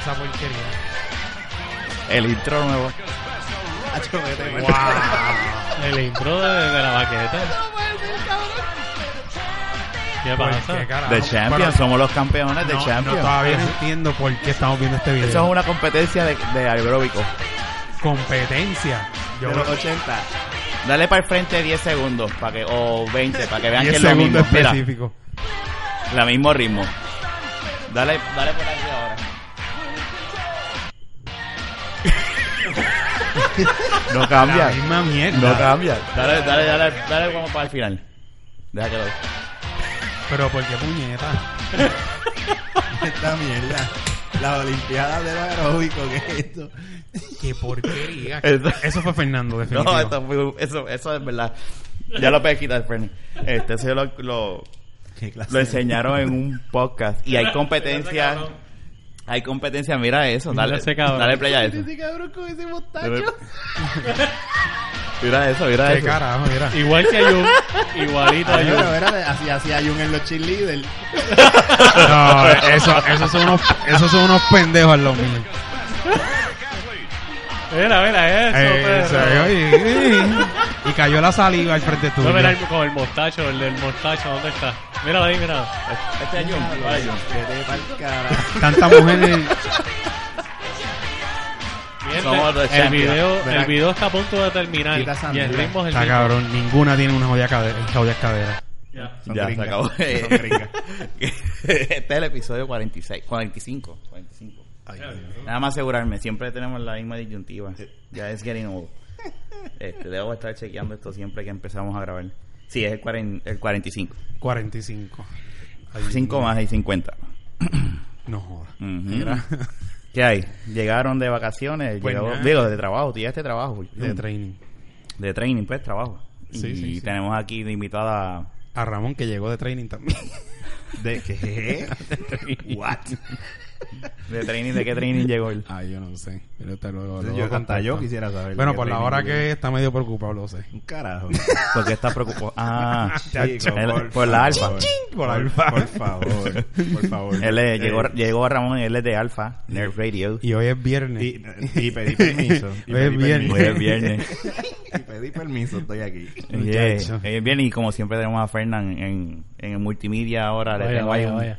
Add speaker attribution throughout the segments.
Speaker 1: esa porquería.
Speaker 2: El intro nuevo.
Speaker 1: ¡Guau!
Speaker 3: El intro de, de la baqueta. ¿Qué
Speaker 1: Pues,
Speaker 3: pasa?
Speaker 1: qué carajo.
Speaker 2: De Champions,
Speaker 1: Bueno,
Speaker 2: somos los campeones de
Speaker 1: no,
Speaker 2: Champions.
Speaker 1: no, todavía no entiendo por qué estamos viendo este video.
Speaker 2: Eso es una competencia de, de aeróbico.
Speaker 1: competencia. Yo
Speaker 2: de los 80. Dale para el frente 10 segundos para que, o 20 para que vean que es
Speaker 1: Diez
Speaker 2: lo mismo.
Speaker 1: segundos
Speaker 2: Mira,
Speaker 1: específicos.
Speaker 2: la mismo ritmo. Dale, dale por aquí ahora. no
Speaker 1: La
Speaker 2: cambia.
Speaker 1: misma mierda.
Speaker 2: No cambia. Dale, dale, dale, dale como para el final. Deja que lo
Speaker 1: Pero por qué puñeta.
Speaker 4: Esta mierda. La Olimpiada del Aeróbico, ¿qué es esto?
Speaker 1: Qué porquería.
Speaker 2: Eso-
Speaker 1: Eso fue Fernando, definitivo.
Speaker 2: No, esto fue- eso, eso es verdad. Ya lo puedes quitar, Fernie. Este, eso yo lo, lo,
Speaker 4: ¿Qué clase
Speaker 2: lo
Speaker 4: de-
Speaker 2: enseñaron en un podcast. Y hay competencia.
Speaker 3: cabrón.
Speaker 2: Hay competencia, mira eso.
Speaker 3: Mira
Speaker 2: Dale,
Speaker 3: ese cabrón.
Speaker 2: dale play a eso.
Speaker 4: Ese cabrón con ese
Speaker 2: Dale-
Speaker 4: mostacho.
Speaker 2: Mira eso, mira
Speaker 1: Qué
Speaker 2: eso.
Speaker 1: carajo, mira.
Speaker 3: Igual que Ayun. Igualito a
Speaker 4: Ay,
Speaker 3: Ayun.
Speaker 4: pero espérate, así hacía Jun en los cheerleaders.
Speaker 1: No, eso, esos son unos, esos son unos pendejos al lo mío.
Speaker 3: Mira, mira,
Speaker 1: Eh,
Speaker 3: eso.
Speaker 1: se
Speaker 3: perro.
Speaker 1: ve, oye, eh, y cayó la saliva al frente tuyo.
Speaker 3: No, mira el- con el mostacho, el del mostacho, ¿dónde está? Míralo ahí, míralo.
Speaker 2: Este es Jun, ahora Jun.
Speaker 4: Vete pa'l carajo.
Speaker 1: Tanta mujer.
Speaker 3: Miente,
Speaker 2: Somos los
Speaker 3: el,
Speaker 2: champions.
Speaker 3: video,
Speaker 4: Verá.
Speaker 3: el video está a punto de terminar.
Speaker 4: Quita esa
Speaker 3: Y el
Speaker 4: mierda.
Speaker 3: ritmo es el
Speaker 1: Está
Speaker 3: mismo.
Speaker 1: cabrón. Ninguna tiene una jodida cadera. Jodida cadera.
Speaker 3: Ya.
Speaker 4: Son
Speaker 2: Ya,
Speaker 4: gringas.
Speaker 2: se acabó.
Speaker 4: Son gringas.
Speaker 2: este es el episodio 46, 45. 45.
Speaker 4: Ay, Dios mío.
Speaker 2: Nada más asegurarme, siempre tenemos la misma disyuntiva. Ya es getting old. Este, debo estar chequeando esto siempre que empezamos a grabar. Sí, es el, cuaren- el 45.
Speaker 1: 45. Ay,
Speaker 2: 5 más y 50.
Speaker 1: No joda.
Speaker 2: Ujú. ¿Qué hay? Llegaron de vacaciones,
Speaker 1: Pues
Speaker 2: llegó-
Speaker 1: nada.
Speaker 2: digo, de trabajo, tú llegaste de trabajo.
Speaker 1: De training.
Speaker 2: De training, pues, trabajo.
Speaker 1: Sí,
Speaker 2: y
Speaker 1: sí, sí.
Speaker 2: tenemos aquí de invitada
Speaker 1: A Ramón que llegó de training también.
Speaker 4: ¿De qué? What?
Speaker 2: de training, ¿de qué training llegó él?
Speaker 1: Ay, yo no sé. Pero te lo- lo- lo
Speaker 4: Yo, hasta
Speaker 1: contacto.
Speaker 4: yo quisiera saber.
Speaker 1: Bueno,
Speaker 4: qué
Speaker 1: por la
Speaker 4: training
Speaker 1: hora
Speaker 4: yo-
Speaker 1: que está medio preocupado, lo sé.
Speaker 4: Un carajo.
Speaker 2: Porque está preocupado. Ah,
Speaker 4: Chico,
Speaker 2: él- por la alfa.
Speaker 4: favor.
Speaker 1: Por la alfa.
Speaker 4: Por favor. Por favor.
Speaker 2: él es-
Speaker 4: Eh,
Speaker 2: llegó, llegó Ramón, él es de Alfa, Nerf Radio.
Speaker 1: Y hoy es viernes.
Speaker 4: Y, y pedí permiso. Y
Speaker 1: Hoy es
Speaker 4: pedí
Speaker 1: viernes.
Speaker 4: permiso. Pues
Speaker 2: Hoy es viernes.
Speaker 4: Y pedí permiso, estoy aquí.
Speaker 2: Yeah.
Speaker 1: Muchacho.
Speaker 2: Eh, bien, y como siempre tenemos a Fernán en, en el multimedia ahora, le
Speaker 3: Vaya,
Speaker 2: tengo ahí
Speaker 3: vaya,
Speaker 2: un
Speaker 3: vaya.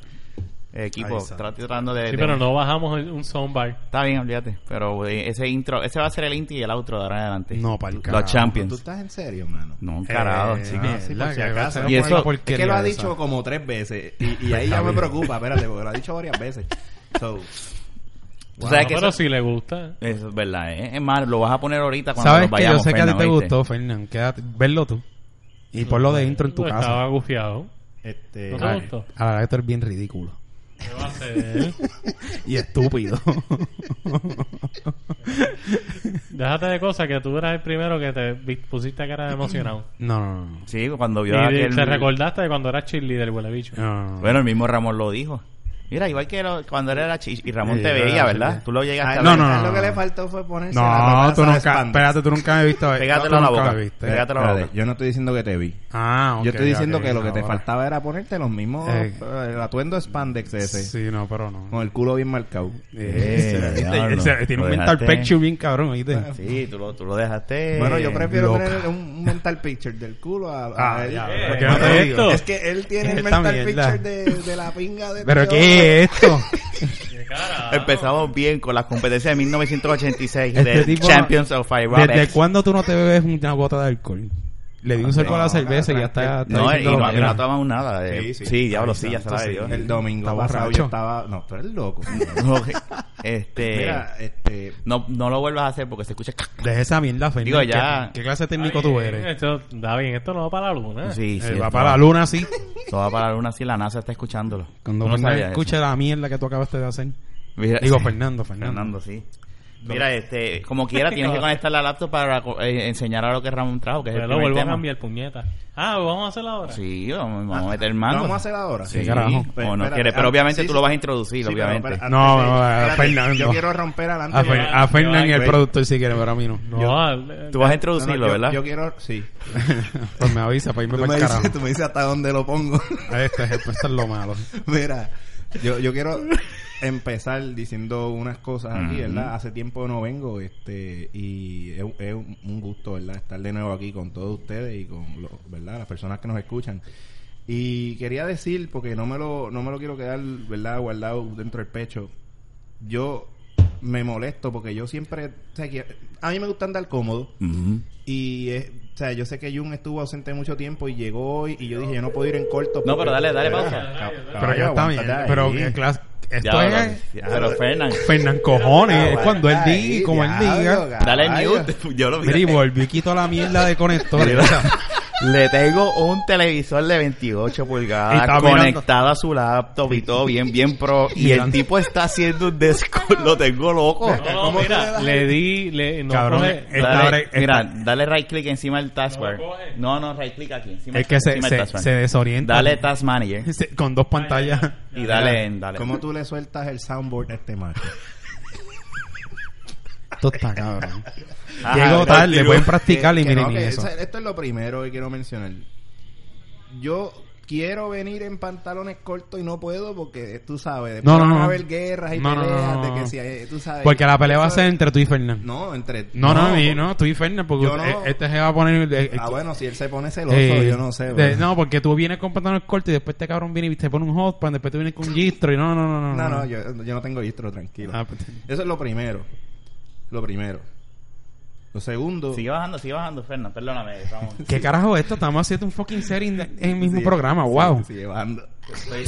Speaker 2: equipo
Speaker 4: Ahí está.
Speaker 2: tra- tratando de...
Speaker 3: Sí,
Speaker 2: de-
Speaker 3: pero no bajamos el- un soundbar.
Speaker 2: Está bien, olvídate, pero eh, ese intro, ese va a ser el intro y el outro de ahora en adelante.
Speaker 1: No, pa'l
Speaker 2: Los
Speaker 1: carajo.
Speaker 4: ¿Tú
Speaker 2: Champions.
Speaker 4: estás en serio, mano?
Speaker 2: No, carajo.
Speaker 1: Eh,
Speaker 2: sí.
Speaker 1: ah, sí,
Speaker 4: por si
Speaker 1: que
Speaker 4: acaso.
Speaker 1: va a
Speaker 2: Y
Speaker 1: ser
Speaker 2: eso- es
Speaker 1: una
Speaker 2: que
Speaker 4: Es que
Speaker 1: porquería
Speaker 4: lo ha
Speaker 1: esa.
Speaker 4: dicho como tres veces. Y, y ahí
Speaker 1: Está
Speaker 4: ya me
Speaker 1: bien.
Speaker 4: preocupa, espérate, porque lo ha dicho varias veces. So,
Speaker 2: Tú sabes
Speaker 3: No,
Speaker 2: que
Speaker 3: pero
Speaker 2: eso-
Speaker 3: si le gusta.
Speaker 2: Eso es verdad, ¿eh? es más, lo vas a poner ahorita cuando
Speaker 1: Sabes
Speaker 2: nos
Speaker 1: que yo
Speaker 2: vayamos.
Speaker 1: sé que a ti
Speaker 2: Fernan,
Speaker 1: te
Speaker 2: ¿oíste?
Speaker 1: gustó, Fernán. Quédate, verlo tú. Y ponlo de intro en tu
Speaker 3: No
Speaker 1: casa.
Speaker 3: Pues Estaba gufiado.
Speaker 4: este.
Speaker 3: ¿No
Speaker 1: A
Speaker 3: te
Speaker 1: ver,
Speaker 3: gustó?
Speaker 1: a la verdad, esto es bien ridículo.
Speaker 3: ¿Qué va a hacer?
Speaker 1: Y estúpido.
Speaker 3: Déjate de cosas que tú eras el primero que te vi- pusiste cara de emocionado.
Speaker 1: no, no, no.
Speaker 2: Sí, cuando
Speaker 3: Y
Speaker 2: vio
Speaker 3: de-
Speaker 2: aquel...
Speaker 3: te recordaste de cuando eras cheerleader, huele bicho.
Speaker 1: No, no, no.
Speaker 2: Bueno, el mismo Ramón lo dijo. Mira, igual que lo- cuando él era chi- y Ramón
Speaker 1: Sí,
Speaker 2: te
Speaker 1: era
Speaker 2: veía,
Speaker 1: la-
Speaker 2: ¿verdad? Tú lo llegaste a
Speaker 4: a él-
Speaker 1: no,
Speaker 2: ver.
Speaker 1: no,
Speaker 4: a él
Speaker 1: no,
Speaker 4: ah, Lo que
Speaker 1: no.
Speaker 4: le faltó fue ponerse. la
Speaker 1: No, tú
Speaker 4: coraza de
Speaker 1: nunca.
Speaker 4: spandex.
Speaker 1: Espérate, tú nunca me has visto.
Speaker 2: Pégatelo
Speaker 1: tú
Speaker 2: a la
Speaker 1: nunca
Speaker 2: boca.
Speaker 1: me viste.
Speaker 2: Pégatelo a la
Speaker 4: Espérate,
Speaker 2: boca.
Speaker 4: Yo no estoy diciendo que te vi.
Speaker 1: Ah, ok,
Speaker 4: yo estoy diciendo
Speaker 1: ok,
Speaker 4: que lo que te
Speaker 1: ahora.
Speaker 4: faltaba era ponerte los mismos.
Speaker 1: Eh.
Speaker 4: eh, El atuendo spandex ese.
Speaker 1: Sí, no, pero no.
Speaker 4: Con el culo bien marcado.
Speaker 2: Eh, diablo,
Speaker 1: Ese- Tiene un
Speaker 2: lo
Speaker 1: mental
Speaker 2: dejaste.
Speaker 1: picture bien cabrón, ¿oíste?
Speaker 2: Sí, tú lo, tú lo dejaste...
Speaker 4: Bueno, yo prefiero
Speaker 1: loca.
Speaker 4: tener un un mental picture del culo a, a
Speaker 1: Ah,
Speaker 4: él.
Speaker 1: ya,
Speaker 4: Eh,
Speaker 1: ¿por qué no te
Speaker 4: bueno,
Speaker 3: digo?
Speaker 4: Es que él tiene el
Speaker 1: Esta
Speaker 4: mental
Speaker 1: mierda.
Speaker 4: picture de, de la pinga de
Speaker 1: ¿Pero
Speaker 4: este
Speaker 1: qué es esto?
Speaker 4: Ah.
Speaker 2: Empezamos bien con las competencias de 1986
Speaker 1: Este
Speaker 2: de
Speaker 1: tipo-
Speaker 2: Champions of Aerobics.
Speaker 1: ¿Desde cuándo tú no te bebes una gota de alcohol? Le di un saco a la
Speaker 4: no,
Speaker 1: cerveza y ya
Speaker 4: tranquilo.
Speaker 1: está. está
Speaker 2: Ah, No, y
Speaker 1: diciendo
Speaker 2: no,
Speaker 1: lo que
Speaker 2: y no
Speaker 1: era.
Speaker 2: ha tomado nada. eh.
Speaker 4: Sí,
Speaker 2: Sí,
Speaker 4: sí.
Speaker 2: diablo, sí, ya se la dio.
Speaker 4: hombre. El domingo
Speaker 1: Está
Speaker 4: pasado
Speaker 1: borracho.
Speaker 4: yo estaba... No, tú eres loco.
Speaker 2: Ok. Este,
Speaker 4: Mira,
Speaker 1: Eh,
Speaker 4: este...
Speaker 2: no, no lo vuelvas a hacer porque se escucha...
Speaker 1: Deja esa mierda, Fernando.
Speaker 2: Digo, ya.
Speaker 1: ¿Qué, qué clase de técnico tú eres?
Speaker 3: Esto, está bien, esto no va para la
Speaker 4: Ah,
Speaker 3: luna.
Speaker 2: Sí, sí.
Speaker 1: Eh, va
Speaker 2: esto
Speaker 1: para la luna, sí.
Speaker 2: Esto va para la luna, sí, la NASA está escuchándolo.
Speaker 1: Cuando
Speaker 2: Tú no
Speaker 1: Fernando
Speaker 2: sabías eso.
Speaker 1: escuche la mierda que tú acabaste de hacer.
Speaker 2: Mira-
Speaker 1: Digo, Fernando, Fernando.
Speaker 2: Fernando, sí. Mira, este, como quiera, tienes que conectar la laptop para co- eh, enseñar a lo que Ramón trajo, que es
Speaker 3: Pero
Speaker 2: el
Speaker 3: Pues lo
Speaker 2: primer
Speaker 3: vuelvo a
Speaker 2: tema.
Speaker 3: cambiar, puñeta. Ah, ¿lo vamos a hacerlo ahora.
Speaker 2: Sí, vamos, vamos a meter
Speaker 4: ¿Lo
Speaker 2: mano.
Speaker 4: vamos a hacer ahora?
Speaker 2: Sí,
Speaker 1: Sí, carajo.
Speaker 4: Pues,
Speaker 2: o no
Speaker 4: espérate.
Speaker 2: quieres, pero
Speaker 4: Ah,
Speaker 2: obviamente
Speaker 4: sí,
Speaker 2: tú lo
Speaker 4: sí.
Speaker 2: vas a introducir,
Speaker 4: Sí, pero
Speaker 2: obviamente.
Speaker 4: espera-
Speaker 1: No,
Speaker 4: antes de-
Speaker 1: no, no,
Speaker 4: espérate,
Speaker 1: Fernando. Ah, pues,
Speaker 4: Yo quiero romper adelante.
Speaker 1: A, Fer- a Fernán y el
Speaker 4: Yo-
Speaker 1: productor si quiere, pero a mí no.
Speaker 3: No, ah,
Speaker 1: Yo-
Speaker 3: al-
Speaker 2: tú vas a
Speaker 4: No, no,
Speaker 2: introducirlo,
Speaker 4: yo-
Speaker 2: ¿verdad?
Speaker 4: Yo quiero... Sí.
Speaker 1: pues me avisa para irme
Speaker 4: Tú
Speaker 1: para
Speaker 4: me,
Speaker 1: el
Speaker 4: dices,
Speaker 1: carajo.
Speaker 4: tú me dices hasta dónde lo pongo.
Speaker 1: Este, esto es lo malo.
Speaker 4: Mira, Yo, yo quiero empezar diciendo unas cosas aquí,
Speaker 2: Ujú.
Speaker 4: ¿verdad? Hace tiempo no vengo, este, y es, es un gusto, ¿verdad? Estar de nuevo aquí con todos ustedes y con, los, ¿verdad? Las personas que nos escuchan. Y quería decir, porque no me lo, no me lo quiero quedar, ¿verdad? Guardado dentro del pecho. Yo me molesto porque yo siempre, o sea, que a mí me gusta andar cómodo. Y, eh, o sea, yo sé que Jun estuvo ausente mucho tiempo y llegó hoy y yo dije, yo no puedo ir en corto.
Speaker 2: No, pero
Speaker 4: porque-
Speaker 2: dale, dale
Speaker 4: ¿verdad?
Speaker 2: pausa.
Speaker 4: Cab-
Speaker 1: Pero
Speaker 4: caballo,
Speaker 1: ya está bien.
Speaker 4: aguántate ahí.
Speaker 1: Pero que clase.
Speaker 2: Ya,
Speaker 1: Esto
Speaker 2: ya,
Speaker 1: es.
Speaker 2: ya, pero Fernan,
Speaker 1: Fernán Cojones. Es cuando él
Speaker 4: Aguántate
Speaker 1: diga y
Speaker 4: ahí,
Speaker 1: como él
Speaker 4: diablo,
Speaker 1: diga.
Speaker 2: dale
Speaker 4: caballo.
Speaker 2: mute. Yo lo vi.
Speaker 1: Mira, y volvió y quitó la mierda de conectores. O sea,
Speaker 2: Le tengo un televisor de 28
Speaker 1: Y
Speaker 2: pulgadas
Speaker 1: está
Speaker 2: conectado a su laptop y todo bien, bien pro. Y el
Speaker 1: Mirando.
Speaker 2: tipo está haciendo un desco. Lo tengo loco.
Speaker 3: No, mira, le di, le, no
Speaker 1: Cabrón,
Speaker 3: coge-
Speaker 1: eh, Está
Speaker 2: Dale,
Speaker 1: abre-
Speaker 2: mira,
Speaker 1: está-
Speaker 2: dale right click encima del taskbar.
Speaker 3: No coge.
Speaker 2: No, no, right click aquí. Encima,
Speaker 1: Es que se,
Speaker 2: encima del
Speaker 1: se,
Speaker 2: taskbar.
Speaker 1: se desorienta.
Speaker 2: Dale task manager
Speaker 1: Se- Con dos pantallas.
Speaker 2: y dale, en- dale.
Speaker 4: ¿Cómo tú le sueltas el soundboard a este macho?
Speaker 1: Esto está cabrón.
Speaker 2: Ajá,
Speaker 1: Llego tarde,
Speaker 2: continúa.
Speaker 1: pueden practicar y
Speaker 4: Que- que
Speaker 1: miren
Speaker 4: no, que
Speaker 1: eso.
Speaker 4: esa- Esto es lo primero que quiero mencionar. Yo quiero venir en pantalones cortos y no puedo porque tú sabes,
Speaker 1: No,
Speaker 4: después
Speaker 1: no,
Speaker 4: van a
Speaker 1: no.
Speaker 4: haber guerras y
Speaker 1: No, no,
Speaker 4: peleas
Speaker 1: no, no,
Speaker 4: de que
Speaker 1: no.
Speaker 4: si hay- tú sabes.
Speaker 1: Porque la pelea va a
Speaker 4: Eso-
Speaker 1: ser entre tú y Fernán.
Speaker 4: no, entre
Speaker 1: No, no, no, no tú y Fernán, porque
Speaker 4: Yo no.
Speaker 1: eh, este se va a poner. eh, eh,
Speaker 4: Ah, bueno, si él se pone celoso,
Speaker 1: eh,
Speaker 4: yo no sé.
Speaker 1: de-
Speaker 4: ¿verdad?
Speaker 1: no, porque tú vienes con pantalones cortos y después este cabrón viene y te pone un hotpan, después tú vienes con un gistro y no, no, no, no.
Speaker 4: No, no, yo, yo no tengo distro, tranquilo.
Speaker 1: Ah, pues,
Speaker 4: Eso es lo primero. Lo primero. Lo segundo.
Speaker 2: Sigue bajando, sigue bajando, Fernan, perdóname. Estamos,
Speaker 1: ¿Qué carajo esto? Estamos haciendo un fucking serie en en el mismo
Speaker 4: Sí,
Speaker 1: programa,
Speaker 4: sí,
Speaker 1: wow.
Speaker 4: sí, llevando.
Speaker 2: estoy-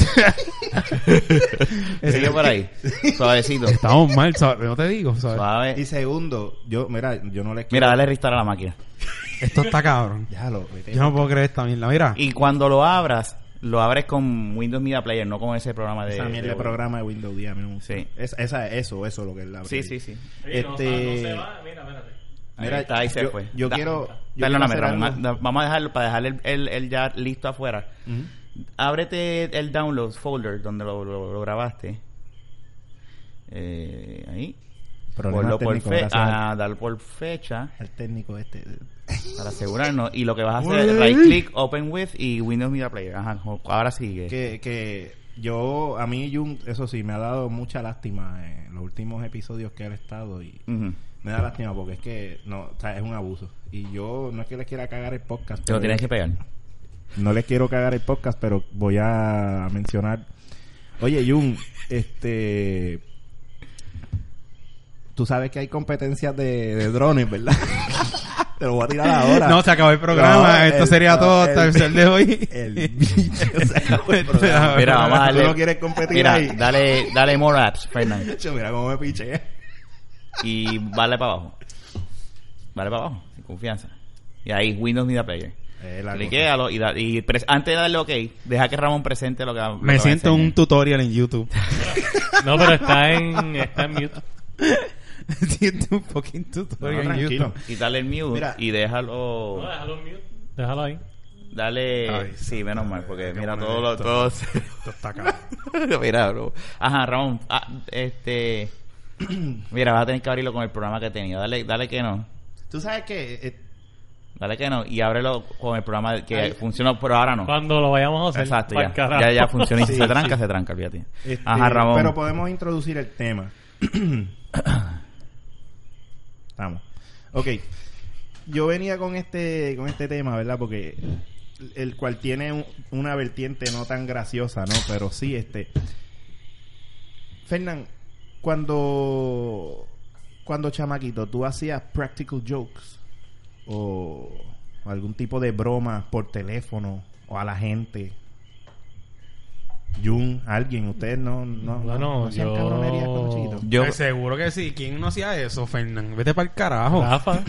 Speaker 4: Pues,
Speaker 2: sigue por ahí, suavecito,
Speaker 1: Estamos mal, ¿sabes? No te digo, ¿sabes?
Speaker 2: suave.
Speaker 4: Y segundo, yo, mira, yo no les
Speaker 2: Mira, dale restart a la máquina.
Speaker 1: Esto está cabrón.
Speaker 4: Ya lo vete.
Speaker 1: Yo no puedo creer esta mierda, mira.
Speaker 2: Y cuando lo abras, lo abres con Windows Media Player, no con ese programa de.
Speaker 4: Esa mierda de
Speaker 2: de-
Speaker 4: programa de Windows 10 a mí no me gusta.
Speaker 2: Sí.
Speaker 4: Es- esa, eso, eso es lo que es la
Speaker 2: Sí, sí, sí.
Speaker 3: Sí, no, ah,
Speaker 4: este-
Speaker 3: no se va, mira, espérate.
Speaker 2: Ahí está, ahí se
Speaker 4: yo,
Speaker 2: fue.
Speaker 4: Yo
Speaker 2: Da-
Speaker 4: quiero. yo
Speaker 2: Perdóname,
Speaker 4: quiero hacer
Speaker 2: Ramón,
Speaker 4: algo.
Speaker 2: da- vamos a dejarlo para dejar el, el, el ya listo afuera. Ábrete el download folder donde lo, lo- lo grabaste. Eh, ahí.
Speaker 4: Problema
Speaker 2: Ponlo por
Speaker 4: técnico,
Speaker 2: fe- ah.
Speaker 4: gracias
Speaker 2: a dar por fecha
Speaker 4: al técnico este.
Speaker 2: para asegurarnos. Y lo que vas a hacer es right click, open with y Windows Media Player. Ajá, jo- ahora sigue.
Speaker 4: Que, que yo, a mí, Jun, eso sí, me ha dado mucha lástima en los últimos episodios que él ha estado y
Speaker 2: Ujú.
Speaker 4: me da lástima porque es que no, o sea, es un abuso. Y yo no es que les quiera cagar el podcast.
Speaker 2: Te lo
Speaker 4: pero-
Speaker 2: tienes que pegar.
Speaker 4: No les quiero cagar el podcast, pero voy a mencionar. Oye, Jun, este. Tú sabes que hay competencias de, de drones, ¿verdad? Te lo voy a tirar ahora.
Speaker 1: No, se acabó el programa.
Speaker 4: No,
Speaker 1: esto
Speaker 4: el-
Speaker 1: sería
Speaker 4: no,
Speaker 1: todo
Speaker 4: el-
Speaker 1: hasta el ser de hoy.
Speaker 4: El bicho se acabó el programa.
Speaker 1: Ah,
Speaker 2: Mira, vamos a
Speaker 4: Tú
Speaker 2: darle.
Speaker 4: no quieres competir
Speaker 2: Mira,
Speaker 4: ahí.
Speaker 2: dale, dale more apps, Fernan.
Speaker 4: Bicho, mira cómo me piché.
Speaker 2: y vale para abajo. Vale para abajo, sin confianza. Y ahí Windows Media Player.
Speaker 4: Eh, la
Speaker 2: Cliquéalo y, da- y pres- antes de darle OK, deja que Ramón presente lo que lo que va
Speaker 1: Me
Speaker 2: a
Speaker 1: siento un
Speaker 2: enseñar.
Speaker 1: tutorial en YouTube.
Speaker 3: No, pero está en, está en mute.
Speaker 1: Me siento un fucking
Speaker 4: No,
Speaker 1: tutorial en
Speaker 4: tranquilo.
Speaker 1: YouTube.
Speaker 2: Y dale el mute
Speaker 4: Mira.
Speaker 2: y déjalo.
Speaker 3: No, déjalo en mute. Déjalo ahí.
Speaker 2: Dale.
Speaker 1: Ay,
Speaker 2: sí, menos mal, porque
Speaker 1: qué
Speaker 2: mira
Speaker 1: bueno
Speaker 2: todo lo.
Speaker 1: esto.
Speaker 2: Todo...
Speaker 1: Esto está cabrón.
Speaker 2: mira, bro. Ajá, Ramón. ah, este. Mira, vas a tener que abrirlo con el programa que tenía. Dale, dale que no.
Speaker 4: Tú sabes que. eh,
Speaker 2: Dale que no. Y ábrelo con el programa que funcionó, pero ahora no.
Speaker 3: Cuando lo vayamos a hacer.
Speaker 2: Exacto,
Speaker 3: pa'l
Speaker 2: ya.
Speaker 3: carajo.
Speaker 2: Ya, ya funciona.
Speaker 4: Sí,
Speaker 2: se tranca, se tranca, fíjate.
Speaker 4: este,
Speaker 2: Ajá, Ramón.
Speaker 4: Pero podemos introducir el tema. Estamos. Ok. Yo venía con este, con este tema, ¿verdad? Porque el cual tiene un- una vertiente no tan graciosa, ¿no? Pero sí, este. Fernán, cuando. Cuando chamaquito, tú hacías practical jokes o algún tipo de broma por teléfono o a la gente. Jun, alguien, ustedes no. no
Speaker 3: Bueno,
Speaker 4: no hacían
Speaker 3: yo-
Speaker 4: cabronerías cuando chiquitos.
Speaker 2: Yo,
Speaker 1: Eh, seguro que sí. ¿Quién no hacía eso, Fernán? Vete para el carajo.
Speaker 3: Rafa.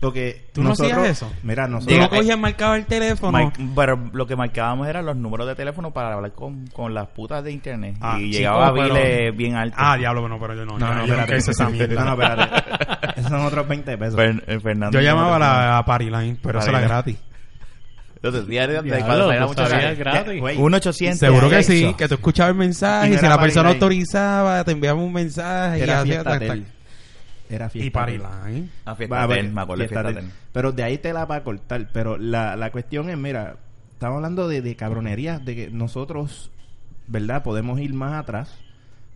Speaker 4: Porque
Speaker 1: ¿Tú no
Speaker 4: nosotros-
Speaker 1: hacías eso?
Speaker 4: Mira, eh,
Speaker 1: Tú
Speaker 4: nosotros.
Speaker 2: Llega-
Speaker 1: no cogías marcado el teléfono.
Speaker 2: Mike- pero lo que marcábamos eran los números de teléfono para hablar con, con las putas de internet.
Speaker 1: Ah,
Speaker 2: y
Speaker 1: chico,
Speaker 2: llegaba a
Speaker 1: pero-
Speaker 2: Vile bien alto.
Speaker 1: Ah, diablo, bueno, pero yo no.
Speaker 4: No,
Speaker 1: ya,
Speaker 4: no,
Speaker 1: yo
Speaker 4: espérate.
Speaker 1: nunca hice esa
Speaker 4: No,
Speaker 1: mierda.
Speaker 4: no, espérate. Esos son otros 20 pesos.
Speaker 2: Fer- eh, Fernando.
Speaker 1: Yo llamaba a la a Party Line, pero eso era
Speaker 2: Party Line.
Speaker 1: gratis.
Speaker 2: Entonces, ya de- de-
Speaker 3: Diablo,
Speaker 2: cuando salía la
Speaker 3: tú
Speaker 2: muchacha,
Speaker 3: sabías
Speaker 2: ya-
Speaker 3: gratis.
Speaker 4: Güey,
Speaker 2: 1-800.
Speaker 1: pues, Seguro que sí,
Speaker 2: sexo.
Speaker 1: que tú escuchabas el mensaje
Speaker 4: Y
Speaker 1: y,
Speaker 4: no
Speaker 1: si
Speaker 4: era
Speaker 1: la persona
Speaker 4: Party Line.
Speaker 1: autorizaba, te enviaba un mensaje y
Speaker 4: era
Speaker 1: hacía
Speaker 4: fiesta
Speaker 1: tal,
Speaker 4: tel.
Speaker 1: tal.
Speaker 4: Era fiesta
Speaker 1: Y Party
Speaker 4: tel.
Speaker 1: Line.
Speaker 2: Ah,
Speaker 4: Va,
Speaker 2: fiesta
Speaker 4: va,
Speaker 2: tel, me acuerdo de
Speaker 4: fiesta
Speaker 2: fiesta
Speaker 4: tel.
Speaker 2: tel.
Speaker 4: Pero de ahí te la va a cortar. Pero la, la cuestión es, mira, estamos hablando de, de cabronerías, de que nosotros ¿verdad? Podemos ir más atrás,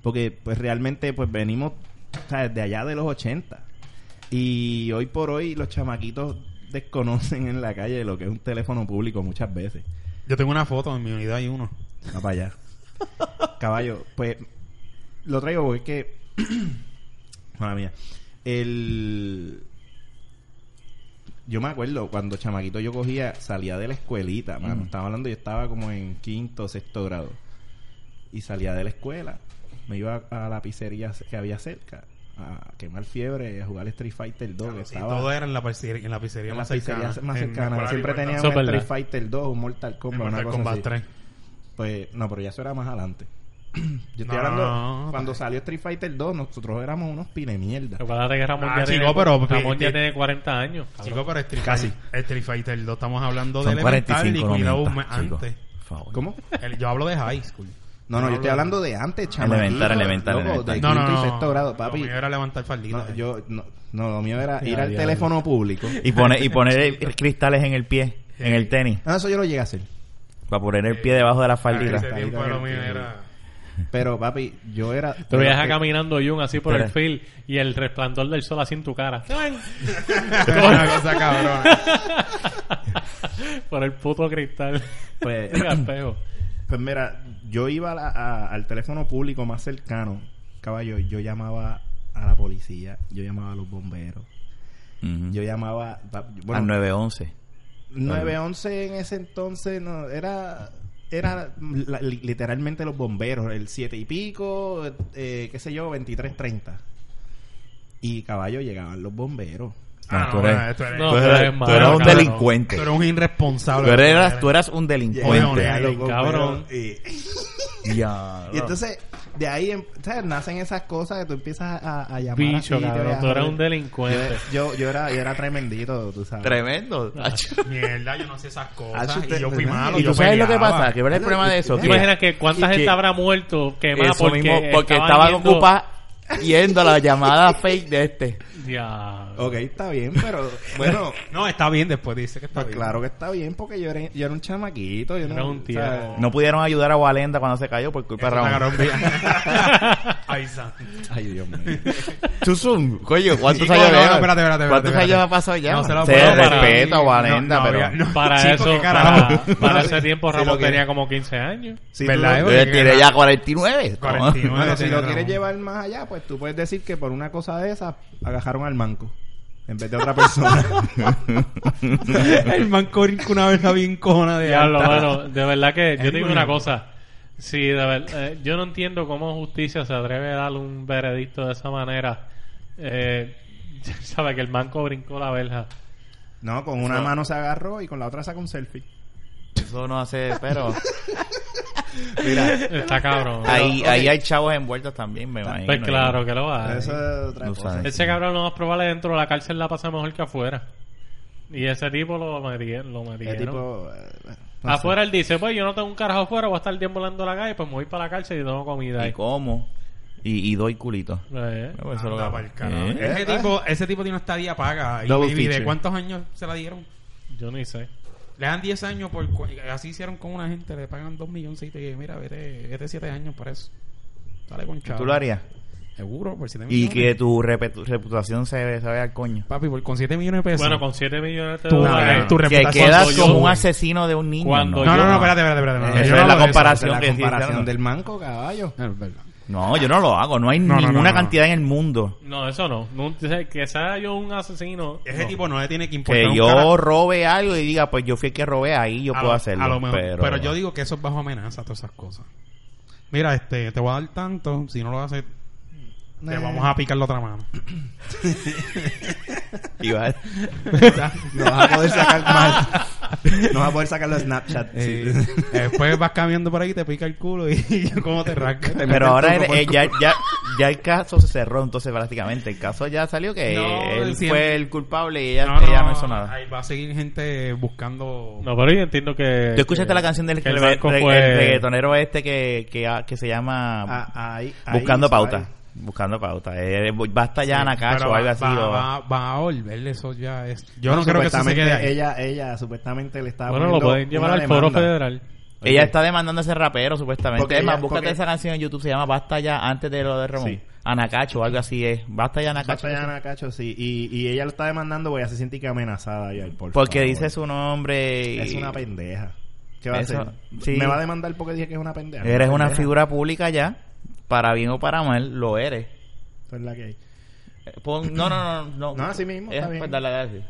Speaker 4: porque pues realmente pues venimos o sea, de allá de los 80. Y hoy por hoy los chamaquitos desconocen en la calle lo que es un teléfono público muchas veces.
Speaker 1: Yo tengo una foto en mi unidad hay uno.
Speaker 4: Va para allá. Caballo, pues lo traigo porque es que. Madre mía. El. Yo me acuerdo cuando chamaquito yo cogía, salía de la escuelita, mano. Estaba hablando, yo estaba como en quinto, sexto grado. Y salía de la escuela. Me iba a la pizzería que había cerca a quemar fiebre, a jugar Street Fighter 2. que
Speaker 1: Y
Speaker 4: estaba
Speaker 1: todo era en la pizzería, en la pizzería
Speaker 4: en la
Speaker 1: más
Speaker 4: pizzería
Speaker 1: cercana.
Speaker 4: más
Speaker 1: en
Speaker 4: cercana.
Speaker 1: Escuela
Speaker 4: Siempre
Speaker 1: Libertad.
Speaker 4: tenía
Speaker 3: Eso
Speaker 4: un
Speaker 3: es verdad.
Speaker 4: Street Fighter 2, un Mortal
Speaker 1: En
Speaker 4: Kombat,
Speaker 1: Mortal
Speaker 4: una cosa
Speaker 1: Kombat
Speaker 4: así.
Speaker 1: 3.
Speaker 4: Pues, no, pero ya eso era más adelante. Yo estoy
Speaker 1: No,
Speaker 4: hablando,
Speaker 1: no, no.
Speaker 4: cuando salió Street Fighter 2, nosotros éramos unos pine mierda.
Speaker 3: Acuérdate que Ramón
Speaker 1: Ah,
Speaker 3: ya,
Speaker 1: chico,
Speaker 3: tiene,
Speaker 1: pero-
Speaker 3: Ramón ya
Speaker 1: eh,
Speaker 3: tiene 40 años.
Speaker 1: Chico, pero Street
Speaker 4: Casi.
Speaker 1: Fighter, Street Fighter 2 estamos hablando
Speaker 2: Son
Speaker 1: de elemental
Speaker 2: 45
Speaker 1: y
Speaker 2: no
Speaker 1: cuidado
Speaker 2: mientas,
Speaker 1: me-
Speaker 2: chico.
Speaker 1: antes.
Speaker 2: Por favor.
Speaker 4: ¿Cómo?
Speaker 1: El- yo hablo de high school.
Speaker 4: No, no, yo estoy hablando de antes, chaval.
Speaker 2: Elemental, elemental, elemental.
Speaker 1: No, no, no.
Speaker 4: sexto grado, papi.
Speaker 1: Lo mío era levantar faldita.
Speaker 4: No, yo, no, no, lo mío era ir
Speaker 3: Ya,
Speaker 4: al
Speaker 3: ya,
Speaker 4: teléfono público.
Speaker 2: Y poner, y poner el- cristales en el pie, en el tenis,
Speaker 4: Ah, eso yo lo llegué a hacer.
Speaker 2: para poner el pie debajo de la
Speaker 1: En
Speaker 2: faldita.
Speaker 1: Ah, ese tiempo lo mío era...
Speaker 4: Pero, papi, yo era...
Speaker 3: Te lo viajas caminando, Jun, así por el
Speaker 2: Espera.
Speaker 3: field y el resplandor del sol así en tu cara.
Speaker 1: una cosa cabrona.
Speaker 3: por el puto cristal.
Speaker 2: Eh,
Speaker 4: Pues-
Speaker 3: El espejo.
Speaker 4: Pues mira, yo iba a la- a- al teléfono público más cercano, caballo, yo llamaba a la policía, yo llamaba a los bomberos,
Speaker 2: Ujú.
Speaker 4: yo llamaba... pa-
Speaker 2: Al
Speaker 4: Bueno,
Speaker 2: 911.
Speaker 4: 911 en ese entonces no era era la- li- literalmente los bomberos, el 7 y pico, eh, qué sé yo, 23.30. Y caballo llegaban los bomberos.
Speaker 1: Ah,
Speaker 2: tú
Speaker 1: no,
Speaker 2: eres-
Speaker 1: bueno, esto era-
Speaker 3: No,
Speaker 2: tú
Speaker 3: pero es
Speaker 2: eras, tú
Speaker 3: malo,
Speaker 2: eras un
Speaker 3: cabrón.
Speaker 2: delincuente.
Speaker 1: Tú eres un irresponsable.
Speaker 2: Tú eras, tú eras un
Speaker 4: Llegaban
Speaker 2: delincuente.
Speaker 1: Bueno,
Speaker 4: los bomberos,
Speaker 3: cabrón.
Speaker 4: Y,
Speaker 2: Ya,
Speaker 4: y entonces, de ahí em- ¿sabes? nacen esas cosas que tú empiezas a, a llamar.
Speaker 3: Bicho,
Speaker 4: así,
Speaker 3: cabrón.
Speaker 4: a-
Speaker 3: Tú eras un delincuente.
Speaker 4: Yo, yo, era, yo era tremendito, tú sabes.
Speaker 2: Tremendo. tacho.
Speaker 1: Mierda, yo no sé esas
Speaker 4: Ah,
Speaker 1: cosas.
Speaker 4: si usted-
Speaker 1: y yo fui malo.
Speaker 2: ¿Y
Speaker 1: yo
Speaker 2: tú sabes lo que
Speaker 1: peleaba.
Speaker 2: pasa? Que ¿Cuál es el problema de eso?
Speaker 3: ¿Te
Speaker 2: Que-
Speaker 3: imaginas que cuánta
Speaker 2: y
Speaker 3: gente
Speaker 2: que-
Speaker 3: habrá muerto quemada
Speaker 2: Eso
Speaker 3: porque,
Speaker 2: mismo, porque estaba
Speaker 3: estaban yendo-
Speaker 2: ocupada yendo a la llamada fake de este.
Speaker 3: Ya.
Speaker 4: Ok, está bien, pero bueno,
Speaker 1: No, está bien después, dice que está
Speaker 4: pues
Speaker 1: bien.
Speaker 4: claro que está bien porque yo era, yo era un chamaquito. Yo no,
Speaker 3: Era un tío.
Speaker 4: ¿sabes?
Speaker 2: No pudieron ayudar a Walenda cuando se cayó por
Speaker 1: Eso
Speaker 2: culpa
Speaker 1: te
Speaker 2: de Ramón.
Speaker 1: agarró en vía. Ay, santo.
Speaker 4: Ay, Dios mío.
Speaker 2: Too soon. Coño, ¿cuántos
Speaker 1: Chico,
Speaker 2: años
Speaker 1: no,
Speaker 2: lleva?
Speaker 1: no, espérate, espérate,
Speaker 2: ¿Cuántos
Speaker 1: espérate.
Speaker 2: años ha pasado ya?
Speaker 1: No, se lo
Speaker 2: se
Speaker 1: puedo parar.
Speaker 2: respeta,
Speaker 1: No,
Speaker 2: Walenda,
Speaker 1: no,
Speaker 2: pero...
Speaker 1: había- no.
Speaker 3: Para
Speaker 1: Chico,
Speaker 3: eso,
Speaker 1: ¿qué carajo?
Speaker 3: para, para ese tiempo
Speaker 4: Sí,
Speaker 3: Ramón
Speaker 4: lo que-
Speaker 3: tenía como 15 años.
Speaker 4: Si
Speaker 1: ¿Verdad, Evo?
Speaker 4: tú,
Speaker 2: Eh, Tiene ya 49. ¿no?
Speaker 1: 49.
Speaker 4: bueno, si lo
Speaker 1: Tiene
Speaker 4: quieres
Speaker 1: razón.
Speaker 4: llevar más allá, pues tú puedes decir que por una cosa de esas agajaron al manco en vez de otra persona.
Speaker 1: El manco brincó una vez bien cojona de
Speaker 3: Diablo,
Speaker 1: alta.
Speaker 3: mano, de verdad que
Speaker 1: Es
Speaker 3: yo te digo
Speaker 1: muy
Speaker 3: una
Speaker 1: loco.
Speaker 3: cosa. Sí, de verdad, eh, yo no entiendo cómo justicia se atreve a dar un veredicto de esa manera. Eh, sabe que el manco brincó la verja.
Speaker 4: No, con una mano se agarró y con la otra sacó un selfie.
Speaker 2: Eso no hace... Pero
Speaker 4: Mira,
Speaker 3: Está cabrón.
Speaker 2: ahí,
Speaker 4: ok.
Speaker 2: ahí hay chavos envueltos también, me imagino.
Speaker 3: pues claro que lo va. a-
Speaker 4: eso es otra
Speaker 2: No
Speaker 4: cosa.
Speaker 2: sabe.
Speaker 3: Ese cabrón lo más probable dentro de la cárcel la pasa mejor que afuera. Y ese tipo lo metieron. Lo
Speaker 4: Qué
Speaker 3: metieron.
Speaker 4: tipo, eh, no sé.
Speaker 3: afuera él dice, pues yo no tengo un carajo afuera, voy a estar el tiempo volando a la calle, pues me voy para la cárcel y tengo comida.
Speaker 2: Y
Speaker 3: ahí.
Speaker 2: como. Y, y doy culito.
Speaker 3: Eh,
Speaker 2: Pues eso es lo que-
Speaker 1: Anda pa'l carajo.
Speaker 2: ¿Eh?
Speaker 1: Ese tipo, ese tipo tiene una estadía paga. Y,
Speaker 4: Double
Speaker 1: y de
Speaker 4: feature.
Speaker 1: cuántos años se la dieron.
Speaker 3: yo ni sé.
Speaker 1: Le dan 10 años por... cu- Así hicieron con una gente, le pagan 2 milloncitos y mira, vete, vete 7 años por eso. Sale con chavo.
Speaker 2: ¿Tú lo harías?
Speaker 1: Seguro, por 7
Speaker 2: Y
Speaker 1: millones.
Speaker 2: que tu repetu- reputación se ve, se vea al coño.
Speaker 1: Papi, por, con 7 millones de pesos.
Speaker 3: Bueno, con 7 millones de
Speaker 1: Tú-
Speaker 3: dólares.
Speaker 1: no, no, no. tu
Speaker 2: que
Speaker 1: reputación
Speaker 2: quedas
Speaker 3: cuando yo-
Speaker 2: como un asesino de un niño. ¿no?
Speaker 3: Cuando
Speaker 1: No,
Speaker 3: yo-
Speaker 1: no, no, espérate, espérate, espérate. no, no,
Speaker 2: Esa
Speaker 1: yo
Speaker 2: es
Speaker 1: no
Speaker 2: la
Speaker 1: hablo de eso.
Speaker 2: comparación
Speaker 4: Esa es
Speaker 2: que
Speaker 4: la
Speaker 2: hiciste,
Speaker 4: comparación
Speaker 2: ¿no?
Speaker 4: del manco, caballo.
Speaker 1: Es verdad.
Speaker 2: No, yo no lo hago. No hay
Speaker 1: No, no,
Speaker 2: ninguna
Speaker 1: no, no.
Speaker 2: cantidad en el mundo
Speaker 3: No, eso no. No, Que sea yo un asesino.
Speaker 1: Ese
Speaker 3: no.
Speaker 1: tipo Pues no le tiene que importar.
Speaker 2: que
Speaker 1: un
Speaker 2: yo
Speaker 1: carajo.
Speaker 2: robe algo y diga, pues yo fui el que robé, ahí yo
Speaker 1: A
Speaker 2: puedo
Speaker 1: lo-
Speaker 2: hacerlo.
Speaker 1: a lo mejor.
Speaker 2: pero,
Speaker 1: Pero, yo digo que eso es bajo amenaza, todas esas cosas. Mira, este, te voy a dar tanto. Si no lo haces,
Speaker 4: Eh.
Speaker 1: te vamos a picar la otra mano.
Speaker 2: Iba-
Speaker 4: No vas a poder sacar mal. No vas a poder sacar los Snapchat. sí.
Speaker 1: Eh, después vas caminando por ahí, te pica el culo y, y yo como te rasca.
Speaker 2: pero ahora él- eh, ya, ya, ya el caso se cerró, entonces prácticamente el caso ya salió que
Speaker 1: No,
Speaker 2: él
Speaker 1: siempre-
Speaker 2: fue el culpable y ella no, ella no hizo nada.
Speaker 1: ahí va a seguir gente buscando.
Speaker 3: No, pero yo entiendo que.
Speaker 2: ¿Tú escuchaste
Speaker 3: que-
Speaker 2: la canción del
Speaker 3: que el
Speaker 2: re-
Speaker 3: banco
Speaker 2: re-
Speaker 3: fue-
Speaker 2: el reggaetonero este que, que, que se llama
Speaker 4: Ah, ahí- ahí,
Speaker 2: Buscando
Speaker 4: ¿sabes?
Speaker 2: Pauta? Buscando Pauta. Eh, basta ya, Nakacho
Speaker 1: Pero
Speaker 2: o
Speaker 1: va,
Speaker 2: algo así.
Speaker 1: Va,
Speaker 2: o-
Speaker 1: va, va a volver, eso ya es. Yo no, creo que eso se
Speaker 4: Supuestamente
Speaker 1: quede ahí.
Speaker 4: Ella, ella supuestamente le estaba
Speaker 3: Bueno, lo
Speaker 4: poniendo
Speaker 3: pueden llevar
Speaker 4: una
Speaker 3: al foro
Speaker 4: demanda.
Speaker 3: federal.
Speaker 2: Ella está demandando a ese rapero, supuestamente.
Speaker 4: Porque
Speaker 2: es más,
Speaker 4: ella-
Speaker 2: búscate
Speaker 4: porque-
Speaker 2: esa canción en YouTube, se llama Basta ya, antes de lo de Ramón.
Speaker 4: Sí.
Speaker 2: Anacacho o algo así es. Basta ya, Anacacho.
Speaker 4: Batallana Cacho, sí. Y, y ella lo está demandando porque ella se siente que amenazada. ya, por
Speaker 2: Porque
Speaker 4: favor.
Speaker 2: dice su nombre y...
Speaker 4: Es una pendeja. ¿Qué va
Speaker 2: Eso-
Speaker 4: a hacer?
Speaker 2: sí.
Speaker 4: Me va a demandar porque dije que es una pendeja.
Speaker 2: Eres una
Speaker 4: Pendeja.
Speaker 2: figura pública ya, para bien o para mal, lo eres.
Speaker 4: Eso es la que hay.
Speaker 2: Eh, pon- no, no, no, no.
Speaker 4: No, así mismo,
Speaker 2: Es-
Speaker 4: está bien.
Speaker 2: pues, dale, dale, sí.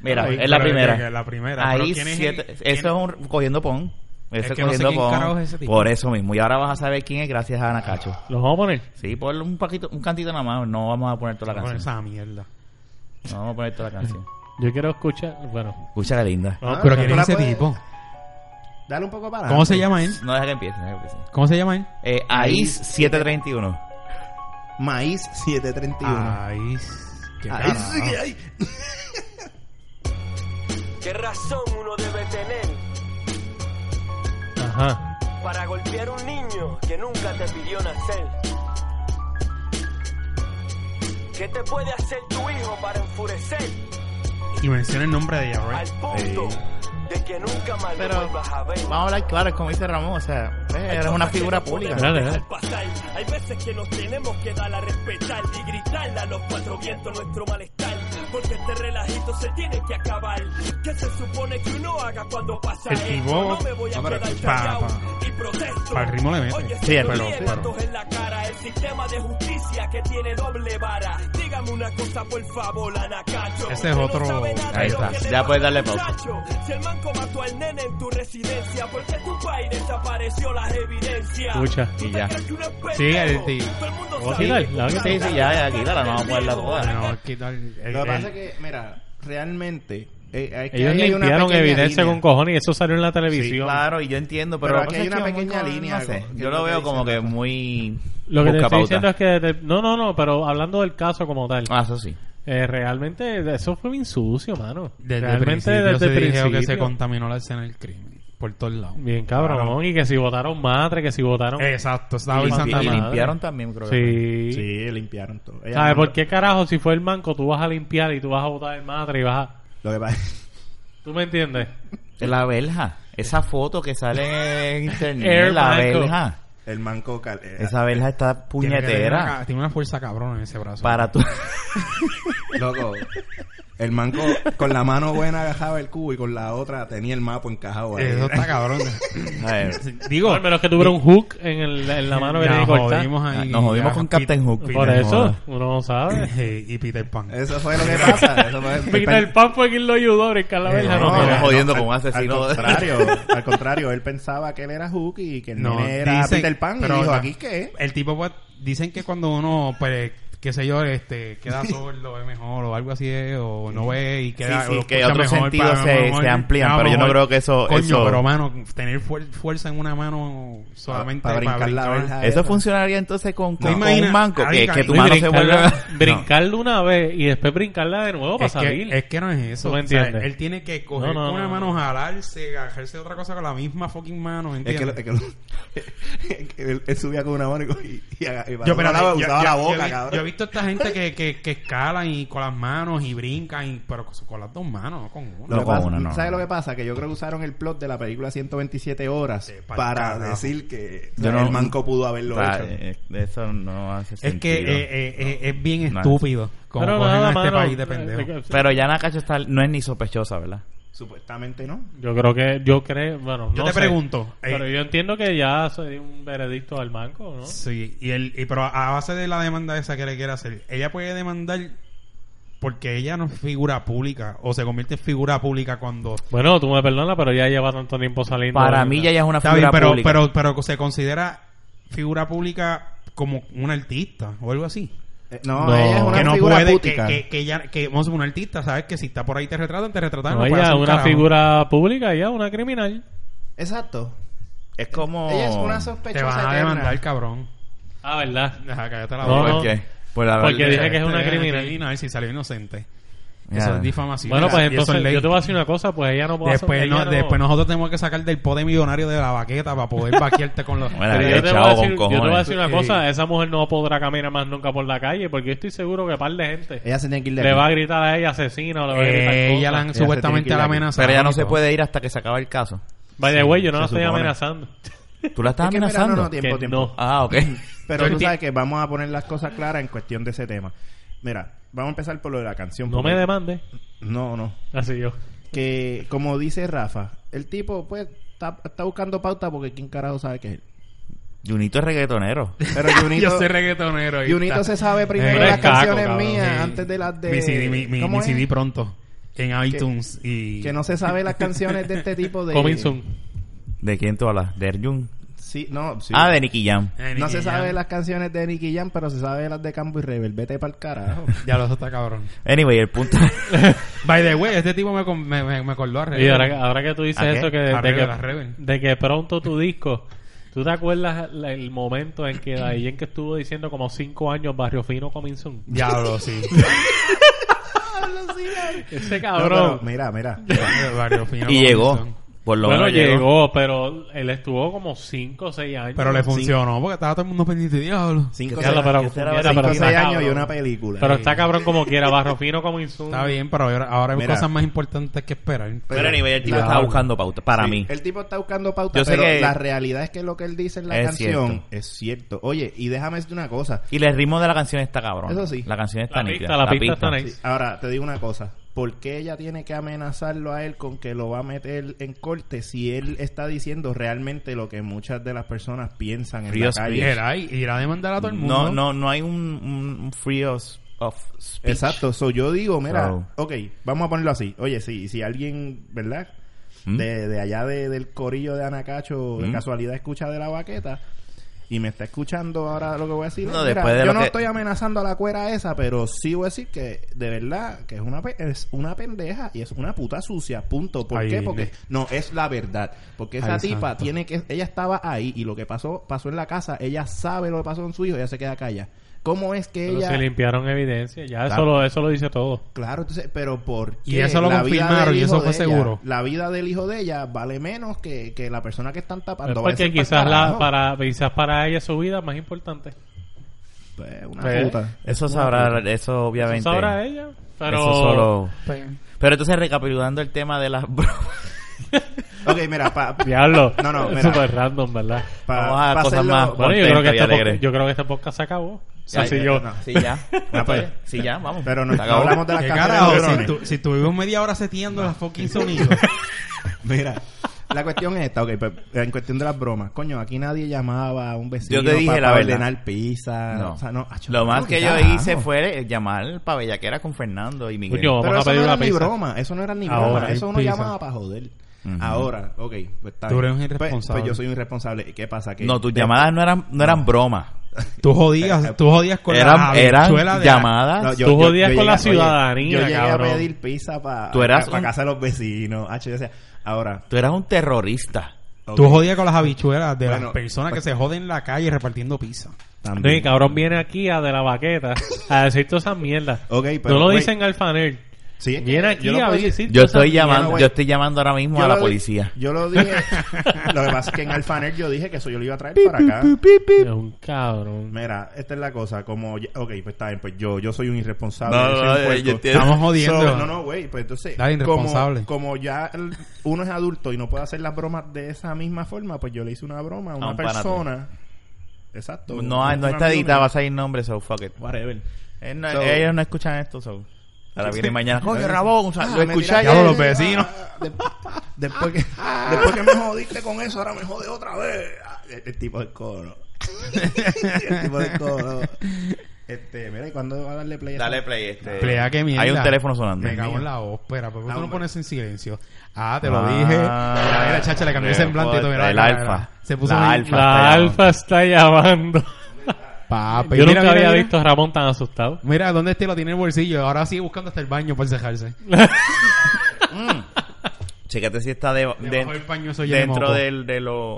Speaker 2: Mira,
Speaker 4: Ahí,
Speaker 2: es la
Speaker 1: Pero
Speaker 2: primera.
Speaker 1: que- que La primera. pero
Speaker 2: Ahí
Speaker 1: ¿quién es
Speaker 2: siete-
Speaker 1: el- quién-
Speaker 2: eso es un cogiendo pon. Eso
Speaker 1: Es
Speaker 2: es
Speaker 1: que no sé
Speaker 2: cogiendo
Speaker 1: quién carajo
Speaker 2: pon.
Speaker 1: es ese tipo.
Speaker 2: Por eso mismo. Y ahora vas a saber quién es gracias a Anacacho.
Speaker 3: ¿Los vamos a poner?
Speaker 2: Sí, ponle un poquito, un cantito nada más. No vamos a poner toda la
Speaker 1: Con
Speaker 2: canción.
Speaker 1: esa mierda.
Speaker 2: No vamos a poner toda la canción.
Speaker 3: Yo quiero escuchar... Bueno,
Speaker 2: Escucha que linda.
Speaker 4: Ah,
Speaker 1: pero
Speaker 4: tú
Speaker 1: ¿quién es
Speaker 4: la Ah,
Speaker 1: ese
Speaker 4: puedes-
Speaker 1: tipo?
Speaker 4: Dale un poco para
Speaker 1: ¿Cómo se llama él?
Speaker 2: No deja que empiece. deja que empiece.
Speaker 1: ¿Cómo se llama él?
Speaker 2: Eh, AIS 731.
Speaker 4: Maíz 731.
Speaker 1: Ay, qué
Speaker 4: Ahí
Speaker 1: carajo.
Speaker 4: sí que hay.
Speaker 1: eh,
Speaker 5: ¿Qué razón uno debe tener
Speaker 3: ajá.
Speaker 5: para golpear un niño que nunca te pidió nacer? ¿Qué te puede hacer tu hijo para enfurecer
Speaker 1: Y menciona el nombre de ella,
Speaker 5: al
Speaker 1: right?
Speaker 5: punto de que nunca más
Speaker 2: Pero-
Speaker 5: lo vuelvas a ver?
Speaker 2: Vamos a hablar claro, es como dice Ramón. O sea, eh, eres una figura pública.
Speaker 3: Espérate,
Speaker 5: Dejar
Speaker 3: espérate.
Speaker 5: pasar. Hay veces que nos tenemos que dar a respetar y gritarle a los cuatro vientos nuestro malestar. Porque este relajito se tiene que acabar. ¿Qué se supone que uno haga cuando pasa
Speaker 1: El
Speaker 5: esto?
Speaker 1: tipo-
Speaker 5: No me voy a
Speaker 1: no, pero
Speaker 5: quedar
Speaker 1: pa-
Speaker 5: callado
Speaker 1: pa-
Speaker 5: y protesto.
Speaker 1: pa' el ritmo le mete.
Speaker 5: Oye,
Speaker 2: Sí,
Speaker 5: se
Speaker 2: pero-
Speaker 5: nos viene
Speaker 1: pero-
Speaker 5: a todos en la cara el sistema de justicia que tiene doble vara. Dígame una cosa, por favor, Anacacho.
Speaker 1: Ese es
Speaker 5: Usted no
Speaker 1: otro-
Speaker 5: sabe nada de
Speaker 2: Ahí
Speaker 5: lo
Speaker 2: está.
Speaker 5: que
Speaker 2: Ya
Speaker 5: le pasa
Speaker 2: puedes
Speaker 5: al
Speaker 2: darle pausa.
Speaker 5: muchacho. Si el manco mató al nene en tu residencia, ¿por qué tu país desapareció las evidencias?
Speaker 3: Escucha.
Speaker 5: ¿Tú
Speaker 2: Y
Speaker 5: te
Speaker 2: ya.
Speaker 5: crees que uno es
Speaker 1: Sí, el
Speaker 5: pendejo?
Speaker 1: tío.
Speaker 5: Todo el mundo
Speaker 3: ¿Vamos a
Speaker 5: sabe
Speaker 3: quitar?
Speaker 5: que
Speaker 3: ¿La
Speaker 5: tú
Speaker 3: vamos
Speaker 2: Oh,
Speaker 3: a
Speaker 2: Sí,
Speaker 5: estás
Speaker 2: sí, ya, ya,
Speaker 5: perdido.
Speaker 2: quítala, no vamos a ponerla toda.
Speaker 1: No, aquí tal- el-
Speaker 4: Lo que pasa
Speaker 1: el-
Speaker 4: es que, mira, realmente. eh, es que
Speaker 3: Ellos
Speaker 4: ahí hay una
Speaker 3: limpiaron
Speaker 4: pequeña
Speaker 3: evidencia
Speaker 4: línea.
Speaker 3: con cojones y eso salió en la televisión.
Speaker 2: Claro, y yo entiendo, pero,
Speaker 4: Pero
Speaker 2: la
Speaker 4: aquí
Speaker 2: cosa
Speaker 4: hay
Speaker 2: es
Speaker 4: una
Speaker 2: que vamos
Speaker 4: pequeña
Speaker 2: con-
Speaker 4: línea,
Speaker 2: no sé, yo
Speaker 4: que es
Speaker 2: lo
Speaker 4: lo que
Speaker 2: veo como
Speaker 4: dicen
Speaker 2: que muy.
Speaker 3: Lo que
Speaker 2: busca
Speaker 3: te estoy
Speaker 2: pauta.
Speaker 3: diciendo es que... desde- no, no, no, pero hablando del caso como tal.
Speaker 2: Ah, eso sí.
Speaker 3: Eh, realmente eso fue bien sucio, mano.
Speaker 1: desde el
Speaker 3: realmente
Speaker 1: principio
Speaker 3: desde
Speaker 1: se
Speaker 3: el
Speaker 1: dijo
Speaker 3: principio.
Speaker 1: que se contaminó la escena del crimen. Por todos lados.
Speaker 3: Bien cabrón. Y que si votaron madre, que si votaron...
Speaker 1: Exacto,
Speaker 2: Y,
Speaker 1: estaba en
Speaker 2: limpi-
Speaker 1: Santa
Speaker 2: y
Speaker 1: Madre.
Speaker 2: limpiaron también, creo. que
Speaker 3: sí.
Speaker 4: Sí, limpiaron todo. Ella
Speaker 3: ¿Sabes
Speaker 4: no-
Speaker 3: por qué carajo si fue el manco tú vas a limpiar y tú vas a votar el madre y vas a...
Speaker 4: Lo que pasa
Speaker 3: ¿Tú me entiendes?
Speaker 2: fue. La verja. Esa foto que sale en internet.
Speaker 3: Air
Speaker 2: la
Speaker 3: Manco.
Speaker 2: verja.
Speaker 4: El manco. cal- eh,
Speaker 2: Esa verja está
Speaker 1: Tiene que tener una
Speaker 2: puñetera.
Speaker 1: ca- Tiene una fuerza cabrón en ese brazo.
Speaker 2: Para tu.
Speaker 4: Loco. El manco con la mano buena agajaba el cubo y con la otra tenía el mapa encajado ahí.
Speaker 1: Eso está cabrón.
Speaker 2: A ver,
Speaker 1: Digo,
Speaker 3: Al menos que tuvieron un hook en, el- en la mano que
Speaker 1: nos
Speaker 3: tiene cortar.
Speaker 1: jodimos ahí.
Speaker 2: Nos jodimos
Speaker 1: Ya,
Speaker 2: con
Speaker 1: y-
Speaker 2: Captain Hook.
Speaker 1: Peter
Speaker 3: Por eso,
Speaker 2: Joder.
Speaker 3: uno no sabe.
Speaker 1: Eh, y Peter Pan.
Speaker 4: Eso fue lo que pasa. Eso fue-
Speaker 3: Mira, el pan fue quien lo ayudó a brincar
Speaker 1: Eh,
Speaker 3: la verja.
Speaker 2: no,
Speaker 3: No,
Speaker 2: no,
Speaker 3: mira.
Speaker 2: no. jodiendo
Speaker 4: al-
Speaker 2: como un asesino.
Speaker 4: Al contrario, al contrario, él pensaba que él era Hook y que el
Speaker 1: No,
Speaker 4: nene era
Speaker 1: dicen-
Speaker 4: Peter Pan
Speaker 1: pero
Speaker 4: y dijo,
Speaker 1: no.
Speaker 4: ¿aquí qué?
Speaker 1: El tipo, pues, dicen que cuando uno, pues, qué sé yo, este, queda sordo, es mejor, o algo así, es, o no ve y queda.
Speaker 2: Sí, sí,
Speaker 1: o lo
Speaker 2: que
Speaker 1: escucha
Speaker 2: otros
Speaker 1: mejor,
Speaker 2: sentidos
Speaker 1: para-
Speaker 2: se-
Speaker 1: mejor,
Speaker 2: se amplían,
Speaker 1: para
Speaker 2: pero yo no
Speaker 1: mejor.
Speaker 2: creo que eso-
Speaker 1: Coño,
Speaker 2: eso-
Speaker 1: pero, mano, tener fuer- fuerza en una mano solamente
Speaker 4: Pa-
Speaker 1: para,
Speaker 4: pa brincar la
Speaker 1: brincar.
Speaker 4: verja.
Speaker 2: Eso funcionaría entonces con, con-
Speaker 1: No,
Speaker 2: con
Speaker 1: imagina-
Speaker 2: un manco. Que,
Speaker 1: Ay,
Speaker 2: que tu
Speaker 1: y
Speaker 3: Y
Speaker 2: mano se vuelva.
Speaker 3: brincarla, brincarla una vez y después brincarla de nuevo para
Speaker 1: Es
Speaker 3: salir.
Speaker 1: que, es que no es eso.
Speaker 3: ¿Tú me
Speaker 1: o sea,
Speaker 3: entiendes?
Speaker 1: él tiene que coger
Speaker 3: No, no,
Speaker 1: con una
Speaker 3: no,
Speaker 1: mano,
Speaker 3: no.
Speaker 1: jalarse, agarrarse de otra cosa con la misma fucking mano, ¿me
Speaker 4: Es que,
Speaker 1: ¿entiendes?
Speaker 4: lo- es que lo- es que él, él subía con una mano y, y, aga- y
Speaker 1: Yo, pero
Speaker 4: usaba,
Speaker 1: yo- yo-
Speaker 4: usaba la
Speaker 1: yo-
Speaker 4: boca,
Speaker 1: yo, he-
Speaker 4: cabrón.
Speaker 1: yo he visto a esta gente que, que, que escalan y con las manos y brincan, y, pero con, con las dos manos, no con una.
Speaker 4: Lo
Speaker 2: No,
Speaker 4: que
Speaker 2: con
Speaker 4: pasa-
Speaker 2: una, no,
Speaker 4: ¿Sabes
Speaker 2: no.
Speaker 4: lo que pasa? Que yo creo que usaron el plot de la película 127 horas
Speaker 1: Sí, pa'l
Speaker 4: para
Speaker 1: carajo.
Speaker 4: decir que o
Speaker 2: Yo
Speaker 4: sea,
Speaker 2: no-
Speaker 4: el manco pudo haberlo
Speaker 2: Ah,
Speaker 4: hecho.
Speaker 2: eh, Eso no hace
Speaker 1: Es
Speaker 2: sentido.
Speaker 1: que eh, eh, eh, es bien
Speaker 2: No.
Speaker 1: estúpido como
Speaker 3: Pero
Speaker 1: cogen
Speaker 3: nada,
Speaker 1: a este
Speaker 3: mano,
Speaker 1: país de
Speaker 3: eh,
Speaker 1: pendejo.
Speaker 2: Pero ya Nakacho está, no es ni sospechosa, ¿verdad?
Speaker 4: Supuestamente no.
Speaker 3: Yo creo que, yo creo, bueno,
Speaker 1: Yo
Speaker 3: no
Speaker 1: te
Speaker 3: sé.
Speaker 1: pregunto, eh,
Speaker 3: Pero yo entiendo que ya soy un veredicto al manco, ¿no?
Speaker 1: sí, y el, y, pero a base de la demanda esa que le quiere hacer, ella puede demandar porque ella no es figura pública o se convierte en figura pública cuando
Speaker 3: Bueno, tú me perdonas, pero ya lleva tanto tiempo saliendo.
Speaker 2: Para
Speaker 3: de-
Speaker 2: mí ya ella es una
Speaker 1: Está
Speaker 2: figura
Speaker 1: bien, pero,
Speaker 2: pública.
Speaker 1: pero pero se considera figura pública como un artista o algo así.
Speaker 4: Eh, No,
Speaker 3: No.
Speaker 4: ella es una
Speaker 1: que no
Speaker 4: figura
Speaker 1: puede, que,
Speaker 4: pútica.
Speaker 1: que, que ya, que vamos, un artista, sabes que si está por ahí te retratan, te retratan.
Speaker 3: No,
Speaker 1: no puede
Speaker 3: ella es
Speaker 1: hacer pues un
Speaker 3: una
Speaker 1: carajo.
Speaker 3: figura pública, ella es una criminal.
Speaker 4: Exacto.
Speaker 2: es como.
Speaker 4: Ella es una
Speaker 1: Te
Speaker 4: sospechosa
Speaker 1: van a
Speaker 4: eterna.
Speaker 1: demandar, cabrón.
Speaker 3: Ah, ¿verdad?
Speaker 1: Deja, cállate la
Speaker 3: No,
Speaker 1: boca.
Speaker 3: no.
Speaker 2: ¿Por qué? Por la-
Speaker 3: Porque dije que es
Speaker 1: Este
Speaker 3: una
Speaker 1: es
Speaker 3: criminal.
Speaker 1: si salió inocente.
Speaker 2: Ya.
Speaker 1: Eso es difamación.
Speaker 3: Bueno,
Speaker 1: Mira,
Speaker 3: pues
Speaker 1: y eso es
Speaker 3: entonces
Speaker 1: ley.
Speaker 3: yo te voy a decir una cosa, pues ella no puede
Speaker 1: Después,
Speaker 3: hacer-
Speaker 1: no-
Speaker 3: ella
Speaker 1: después nosotros tenemos que sacar del poder millonario de la baqueta para poder vaquearte con los...
Speaker 2: Bueno,
Speaker 3: Pero
Speaker 2: Eh,
Speaker 3: yo te, voy
Speaker 2: chavo,
Speaker 3: a decir,
Speaker 2: con
Speaker 3: yo te voy a
Speaker 2: cojones.
Speaker 3: decir una
Speaker 1: Sí.
Speaker 3: cosa, esa mujer no podrá caminar más nunca por la calle porque yo estoy seguro que par de gente
Speaker 4: Ella se tiene que ir de
Speaker 3: le
Speaker 4: aquí.
Speaker 3: va a gritar a ella asesina o le va a gritar
Speaker 1: Eh, ella
Speaker 3: cosas.
Speaker 1: la han
Speaker 4: Ella se tiene que
Speaker 1: supuestamente
Speaker 4: ir
Speaker 1: la
Speaker 4: aquí.
Speaker 1: amenazado.
Speaker 2: Pero ella no se
Speaker 1: y todo.
Speaker 2: puede ir hasta que se acabe el caso.
Speaker 3: By the way, yo no
Speaker 2: se
Speaker 3: la estoy
Speaker 2: supone.
Speaker 3: amenazando.
Speaker 2: ¿Tú la estás
Speaker 4: Es que, mira,
Speaker 2: amenazando?
Speaker 4: no, no, tiempo,
Speaker 3: Que
Speaker 4: tiempo.
Speaker 3: no.
Speaker 2: Ah, ok.
Speaker 4: Pero
Speaker 3: Yo
Speaker 4: tú
Speaker 3: enti-
Speaker 4: sabes que vamos a poner las cosas claras en cuestión de ese tema. Mira, vamos a empezar por lo de la canción.
Speaker 3: No
Speaker 4: porque-
Speaker 3: me demande.
Speaker 4: No, no.
Speaker 3: Así yo.
Speaker 4: Que, como dice Rafa, el tipo, pues, está, está buscando pauta porque quién carajo sabe qué es él.
Speaker 2: Junito es reggaetonero.
Speaker 4: Pero Junito,
Speaker 1: Yo soy reggaetonero. ahí
Speaker 4: Junito
Speaker 1: está.
Speaker 4: se sabe primero
Speaker 1: Eh,
Speaker 4: las
Speaker 3: caco,
Speaker 4: canciones
Speaker 3: cabrón,
Speaker 4: mías
Speaker 1: Sí.
Speaker 4: antes de las de...
Speaker 1: Mi CD, mi, mi-
Speaker 4: ¿Cómo
Speaker 1: mi
Speaker 4: es?
Speaker 1: CD pronto. En iTunes. y...
Speaker 4: Que no se sabe las canciones de este tipo de...
Speaker 3: Coming soon.
Speaker 2: ¿De quién tú hablas? ¿De Erjun?
Speaker 4: Sí, no, sí.
Speaker 2: Ah, de Nicky Jam.
Speaker 1: Eh,
Speaker 4: No
Speaker 1: Nicky
Speaker 4: se
Speaker 1: Jam.
Speaker 4: sabe las canciones de Nicky Jam, pero se sabe las de Cambo y Rebel. Vete para el carajo.
Speaker 1: Ya lo está cabrón.
Speaker 2: Anyway, el punto...
Speaker 1: By the way, este tipo me, con- me, me, me acordó a Rebel.
Speaker 3: Y ahora, que- ahora que tú dices
Speaker 2: ¿A qué?
Speaker 3: eso, que
Speaker 1: A
Speaker 3: de,
Speaker 1: Rebel, a
Speaker 3: que,
Speaker 1: Rebel.
Speaker 3: de que pronto tu disco, ¿tú te acuerdas la- el momento en que Dayen que estuvo diciendo como cinco años Barrio Fino Coming Soon?
Speaker 1: Diablo, sí.
Speaker 3: Ese
Speaker 4: No, pero
Speaker 3: cabrón.
Speaker 4: mira, mira.
Speaker 1: Barrio Fino
Speaker 2: y
Speaker 1: con
Speaker 2: llegó.
Speaker 1: Wilson.
Speaker 2: Por lo
Speaker 3: bueno,
Speaker 2: menos llegó.
Speaker 3: llegó, pero él estuvo como cinco o seis años.
Speaker 1: Pero le
Speaker 3: Sí.
Speaker 1: funcionó porque estaba todo el mundo pendiente. Diablo.
Speaker 4: Cinco,
Speaker 2: Que sea
Speaker 4: seis,
Speaker 2: la-
Speaker 3: Pero,
Speaker 2: que sea la-
Speaker 3: mira, pero
Speaker 4: cinco,
Speaker 3: está
Speaker 4: seis años y
Speaker 3: cabrón.
Speaker 4: una película.
Speaker 3: Pero está cabrón como quiera, Barrio Fino Coming Soon.
Speaker 1: Está bien, pero ahora, ahora hay
Speaker 4: Mira.
Speaker 1: cosas más importantes que esperar.
Speaker 2: Pero anyway, el tipo
Speaker 4: Claro.
Speaker 2: estaba buscando pauta. Para
Speaker 4: Sí,
Speaker 2: mí.
Speaker 4: El tipo está buscando pauta,
Speaker 2: Yo sé
Speaker 4: pero
Speaker 2: que-
Speaker 4: la realidad es que lo que él dice en la
Speaker 2: Es
Speaker 4: canción
Speaker 2: cierto.
Speaker 4: es cierto. Oye, y déjame decirte una cosa.
Speaker 2: Y el ritmo de la canción está cabrón.
Speaker 4: Eso sí.
Speaker 2: La canción está
Speaker 3: La
Speaker 2: nítida.
Speaker 3: pista, la pista está nice.
Speaker 4: Sí, Ahora, te digo una cosa. ¿Por qué ella tiene que amenazarlo a él con que lo va a meter en corte si él está diciendo realmente lo que muchas de las personas piensan en
Speaker 2: Free
Speaker 4: la
Speaker 2: of
Speaker 1: Y
Speaker 4: calle?
Speaker 2: speech.
Speaker 1: era, y irá a demandar a todo el mundo.
Speaker 2: No, no, no hay un, un- un free of, of speech.
Speaker 4: Exacto. So, yo digo, mira,
Speaker 2: So-
Speaker 4: ok, vamos a ponerlo así. Oye, si, si alguien, ¿verdad?
Speaker 2: ¿Mm?
Speaker 4: De, de allá de- del corillo de Anacacho, de
Speaker 2: ¿Mm?
Speaker 4: casualidad escucha de la vaqueta y me está escuchando ahora lo que voy a decir.
Speaker 2: No,
Speaker 4: mira,
Speaker 2: después de
Speaker 4: yo
Speaker 2: lo
Speaker 4: no
Speaker 2: que-
Speaker 4: estoy amenazando a la cuera esa, pero sí voy a decir que de verdad que es una, pe- es una pendeja y es una puta sucia, punto. ¿Por
Speaker 1: Ay,
Speaker 4: qué?
Speaker 1: le-
Speaker 4: Porque no, es la verdad. Porque esa
Speaker 1: Ay,
Speaker 4: tipa
Speaker 1: santo.
Speaker 4: tiene que, ella estaba ahí y lo que pasó, pasó en la casa, ella sabe lo que pasó con su hijo, ella se queda callada. ¿Cómo es que
Speaker 3: Pero
Speaker 4: ella...
Speaker 3: se limpiaron evidencia. Ya eso,
Speaker 4: Claro.
Speaker 3: lo, eso lo dice todo.
Speaker 4: Claro, entonces, pero ¿por qué?
Speaker 1: Y eso lo
Speaker 4: La vida
Speaker 1: confirmaron,
Speaker 4: del
Speaker 1: y
Speaker 4: hijo
Speaker 1: eso
Speaker 4: de
Speaker 1: fue
Speaker 4: ella-
Speaker 1: seguro.
Speaker 4: la vida del hijo de ella vale menos que, que la persona que están tapando.
Speaker 3: Es
Speaker 4: Va a
Speaker 3: porque
Speaker 4: decir, "Pa'l
Speaker 3: quizás, la,
Speaker 4: carajo".
Speaker 3: para, quizás para ella su vida es más importante.
Speaker 4: Pues, una
Speaker 3: Pues,
Speaker 4: puta.
Speaker 2: Eso sabrá, eso obviamente.
Speaker 3: Eso sabrá ella. Pero...
Speaker 2: Eso solo. Pero entonces, recapitulando el tema de las bromas.
Speaker 4: Ok, mira, pa- pa-
Speaker 3: Diablo.
Speaker 4: No, no, mira.
Speaker 3: Súper random, ¿verdad?
Speaker 2: Vamos a
Speaker 4: pa
Speaker 2: cosas
Speaker 4: hacerlo-
Speaker 2: más-
Speaker 3: Bueno, yo
Speaker 2: Contento
Speaker 3: creo, que
Speaker 2: y
Speaker 3: este
Speaker 2: alegre.
Speaker 3: podcast, yo creo que este podcast se acabó.
Speaker 2: Ya,
Speaker 3: Así
Speaker 2: ya,
Speaker 3: yo.
Speaker 4: no.
Speaker 2: Sí, ya.
Speaker 4: Ah, pues.
Speaker 2: sí, ya, vamos.
Speaker 4: Pero no,
Speaker 2: Se
Speaker 4: no
Speaker 2: acabó.
Speaker 4: hablamos de las
Speaker 1: ¿Qué
Speaker 4: canciones
Speaker 1: carajo?
Speaker 4: de
Speaker 1: Si,
Speaker 4: drones.
Speaker 1: tu, si tuvimos media hora seteando los fucking sonidos.
Speaker 4: Mira, la cuestión es esta, ok, pues, en cuestión de las bromas. Coño, aquí nadie llamaba a un vecino
Speaker 2: Yo te dije
Speaker 4: pa-
Speaker 2: la
Speaker 4: pa
Speaker 2: verdad.
Speaker 4: ordenar pizza.
Speaker 2: No.
Speaker 4: O sea, no, acho,
Speaker 2: Lo
Speaker 4: no,
Speaker 2: más que yo
Speaker 4: carajo.
Speaker 2: hice fue llamar para bellaquera con Fernando y Miguel.
Speaker 3: Coño. Vamos
Speaker 4: Pero
Speaker 3: a
Speaker 4: eso
Speaker 3: pedir
Speaker 4: no era
Speaker 3: una
Speaker 4: ni
Speaker 3: pizza.
Speaker 4: broma, eso no era ni broma,
Speaker 3: Ahora hay
Speaker 4: eso uno
Speaker 1: pizza.
Speaker 4: llamaba para joder.
Speaker 2: Ujú.
Speaker 4: Ahora, ok, pues está
Speaker 1: Tú eres
Speaker 4: bien.
Speaker 1: un irresponsable.
Speaker 4: Pues, pues yo soy un irresponsable. ¿Y ¿Qué pasa? Que
Speaker 2: No, tus llamadas no eran, no eran bromas.
Speaker 1: Tú jodías, tú jodías con
Speaker 2: Eran,
Speaker 1: la habichuela
Speaker 2: eran
Speaker 1: de la-
Speaker 2: llamadas.
Speaker 4: No,
Speaker 3: Tú jodías con la
Speaker 4: oye,
Speaker 3: ciudadanía,
Speaker 4: Yo llegué
Speaker 3: cabrón.
Speaker 4: a pedir pizza para
Speaker 2: Tú eras un-
Speaker 4: casa de los vecinos. Acho, yo decía, ahora.
Speaker 2: Tú eras un terrorista.
Speaker 4: ok,
Speaker 1: Tú jodías con las habichuelas de
Speaker 4: Bueno, pues-
Speaker 1: las personas que se joden en la calle repartiendo pizza.
Speaker 3: No, y
Speaker 4: también.
Speaker 3: cabrón viene aquí a de la baqueta a decir todas esas mierdas.
Speaker 4: Ok,
Speaker 3: no
Speaker 4: pero,
Speaker 3: lo
Speaker 1: pues-
Speaker 4: güey,
Speaker 3: dicen al fanel.
Speaker 4: Sí, es que
Speaker 3: Viene aquí
Speaker 4: yo lo
Speaker 3: a
Speaker 4: puedo decir.
Speaker 3: decir
Speaker 2: Yo
Speaker 3: todas esas
Speaker 2: estoy llamando,
Speaker 4: güey.
Speaker 2: yo estoy llamando ahora mismo
Speaker 4: Yo
Speaker 2: a la
Speaker 4: lo di-
Speaker 2: policía.
Speaker 4: Yo lo dije. lo que pasa es que en Alfaner yo dije que eso yo lo iba a traer para acá.
Speaker 3: mierdas. Es un cabrón.
Speaker 4: Mira, esta es la cosa. Como. ya- Ok, pues está bien. Pues yo, yo soy un irresponsable.
Speaker 2: No,
Speaker 4: yo soy
Speaker 2: no,
Speaker 4: un
Speaker 2: eh,
Speaker 4: puerco.
Speaker 2: yo entiendo.
Speaker 1: Estamos jodiendo.
Speaker 4: So, no, no, güey. Pues entonces.
Speaker 1: Dale, irresponsable.
Speaker 4: como, como ya el- uno es adulto y no puede hacer las bromas de esa misma forma, pues yo le hice una broma a una
Speaker 2: un pana
Speaker 4: persona. Exacto.
Speaker 2: No, hay- no
Speaker 4: Un
Speaker 2: está
Speaker 4: amigo
Speaker 2: editado,
Speaker 4: mío.
Speaker 2: va a salir nombre, so fuck it.
Speaker 4: Whatever.
Speaker 2: Él no-
Speaker 4: So-
Speaker 2: ellos no escuchan esto, so. Ahora viene mañana. Coño,
Speaker 4: Sí.
Speaker 2: Rabón, o sea,
Speaker 4: Ah,
Speaker 2: lo
Speaker 4: me
Speaker 2: escucháis.
Speaker 4: tiraste-
Speaker 1: Ya los vecinos.
Speaker 4: Ah, de- después, que, después que me jodiste con eso, ahora me jode otra vez. Ah, El, el tipo del coro. el tipo del coro. Este, mira, ¿y cuándo va a darle play? a esa-
Speaker 2: Dale play este.
Speaker 1: Plea que mierda.
Speaker 2: Hay un teléfono sonando.
Speaker 1: Me cago en la ópera. ¿Por qué tú
Speaker 4: Ah,
Speaker 1: no pones en silencio? Ah, te lo
Speaker 2: Ah.
Speaker 1: dije. Mira, mira, chacha, le cambió el
Speaker 2: Mira,
Speaker 1: semblante y todo. Mira,
Speaker 2: el
Speaker 1: mira, mira,
Speaker 2: alfa.
Speaker 1: mira. Se puso
Speaker 2: La
Speaker 1: bien-
Speaker 2: alfa.
Speaker 3: La alfa está llamando.
Speaker 1: Papi.
Speaker 3: Yo
Speaker 1: Pues Mira,
Speaker 3: nunca
Speaker 1: mira,
Speaker 3: había
Speaker 1: mira.
Speaker 3: visto a Ramón tan asustado.
Speaker 1: Mira, ¿dónde este lo tiene en el bolsillo? Ahora sigue buscando hasta el baño para cejarse.
Speaker 2: Chécate si está de,
Speaker 1: Debajo
Speaker 2: de-
Speaker 1: del paño eso llena de
Speaker 2: dentro
Speaker 1: moco.
Speaker 2: del, de lo.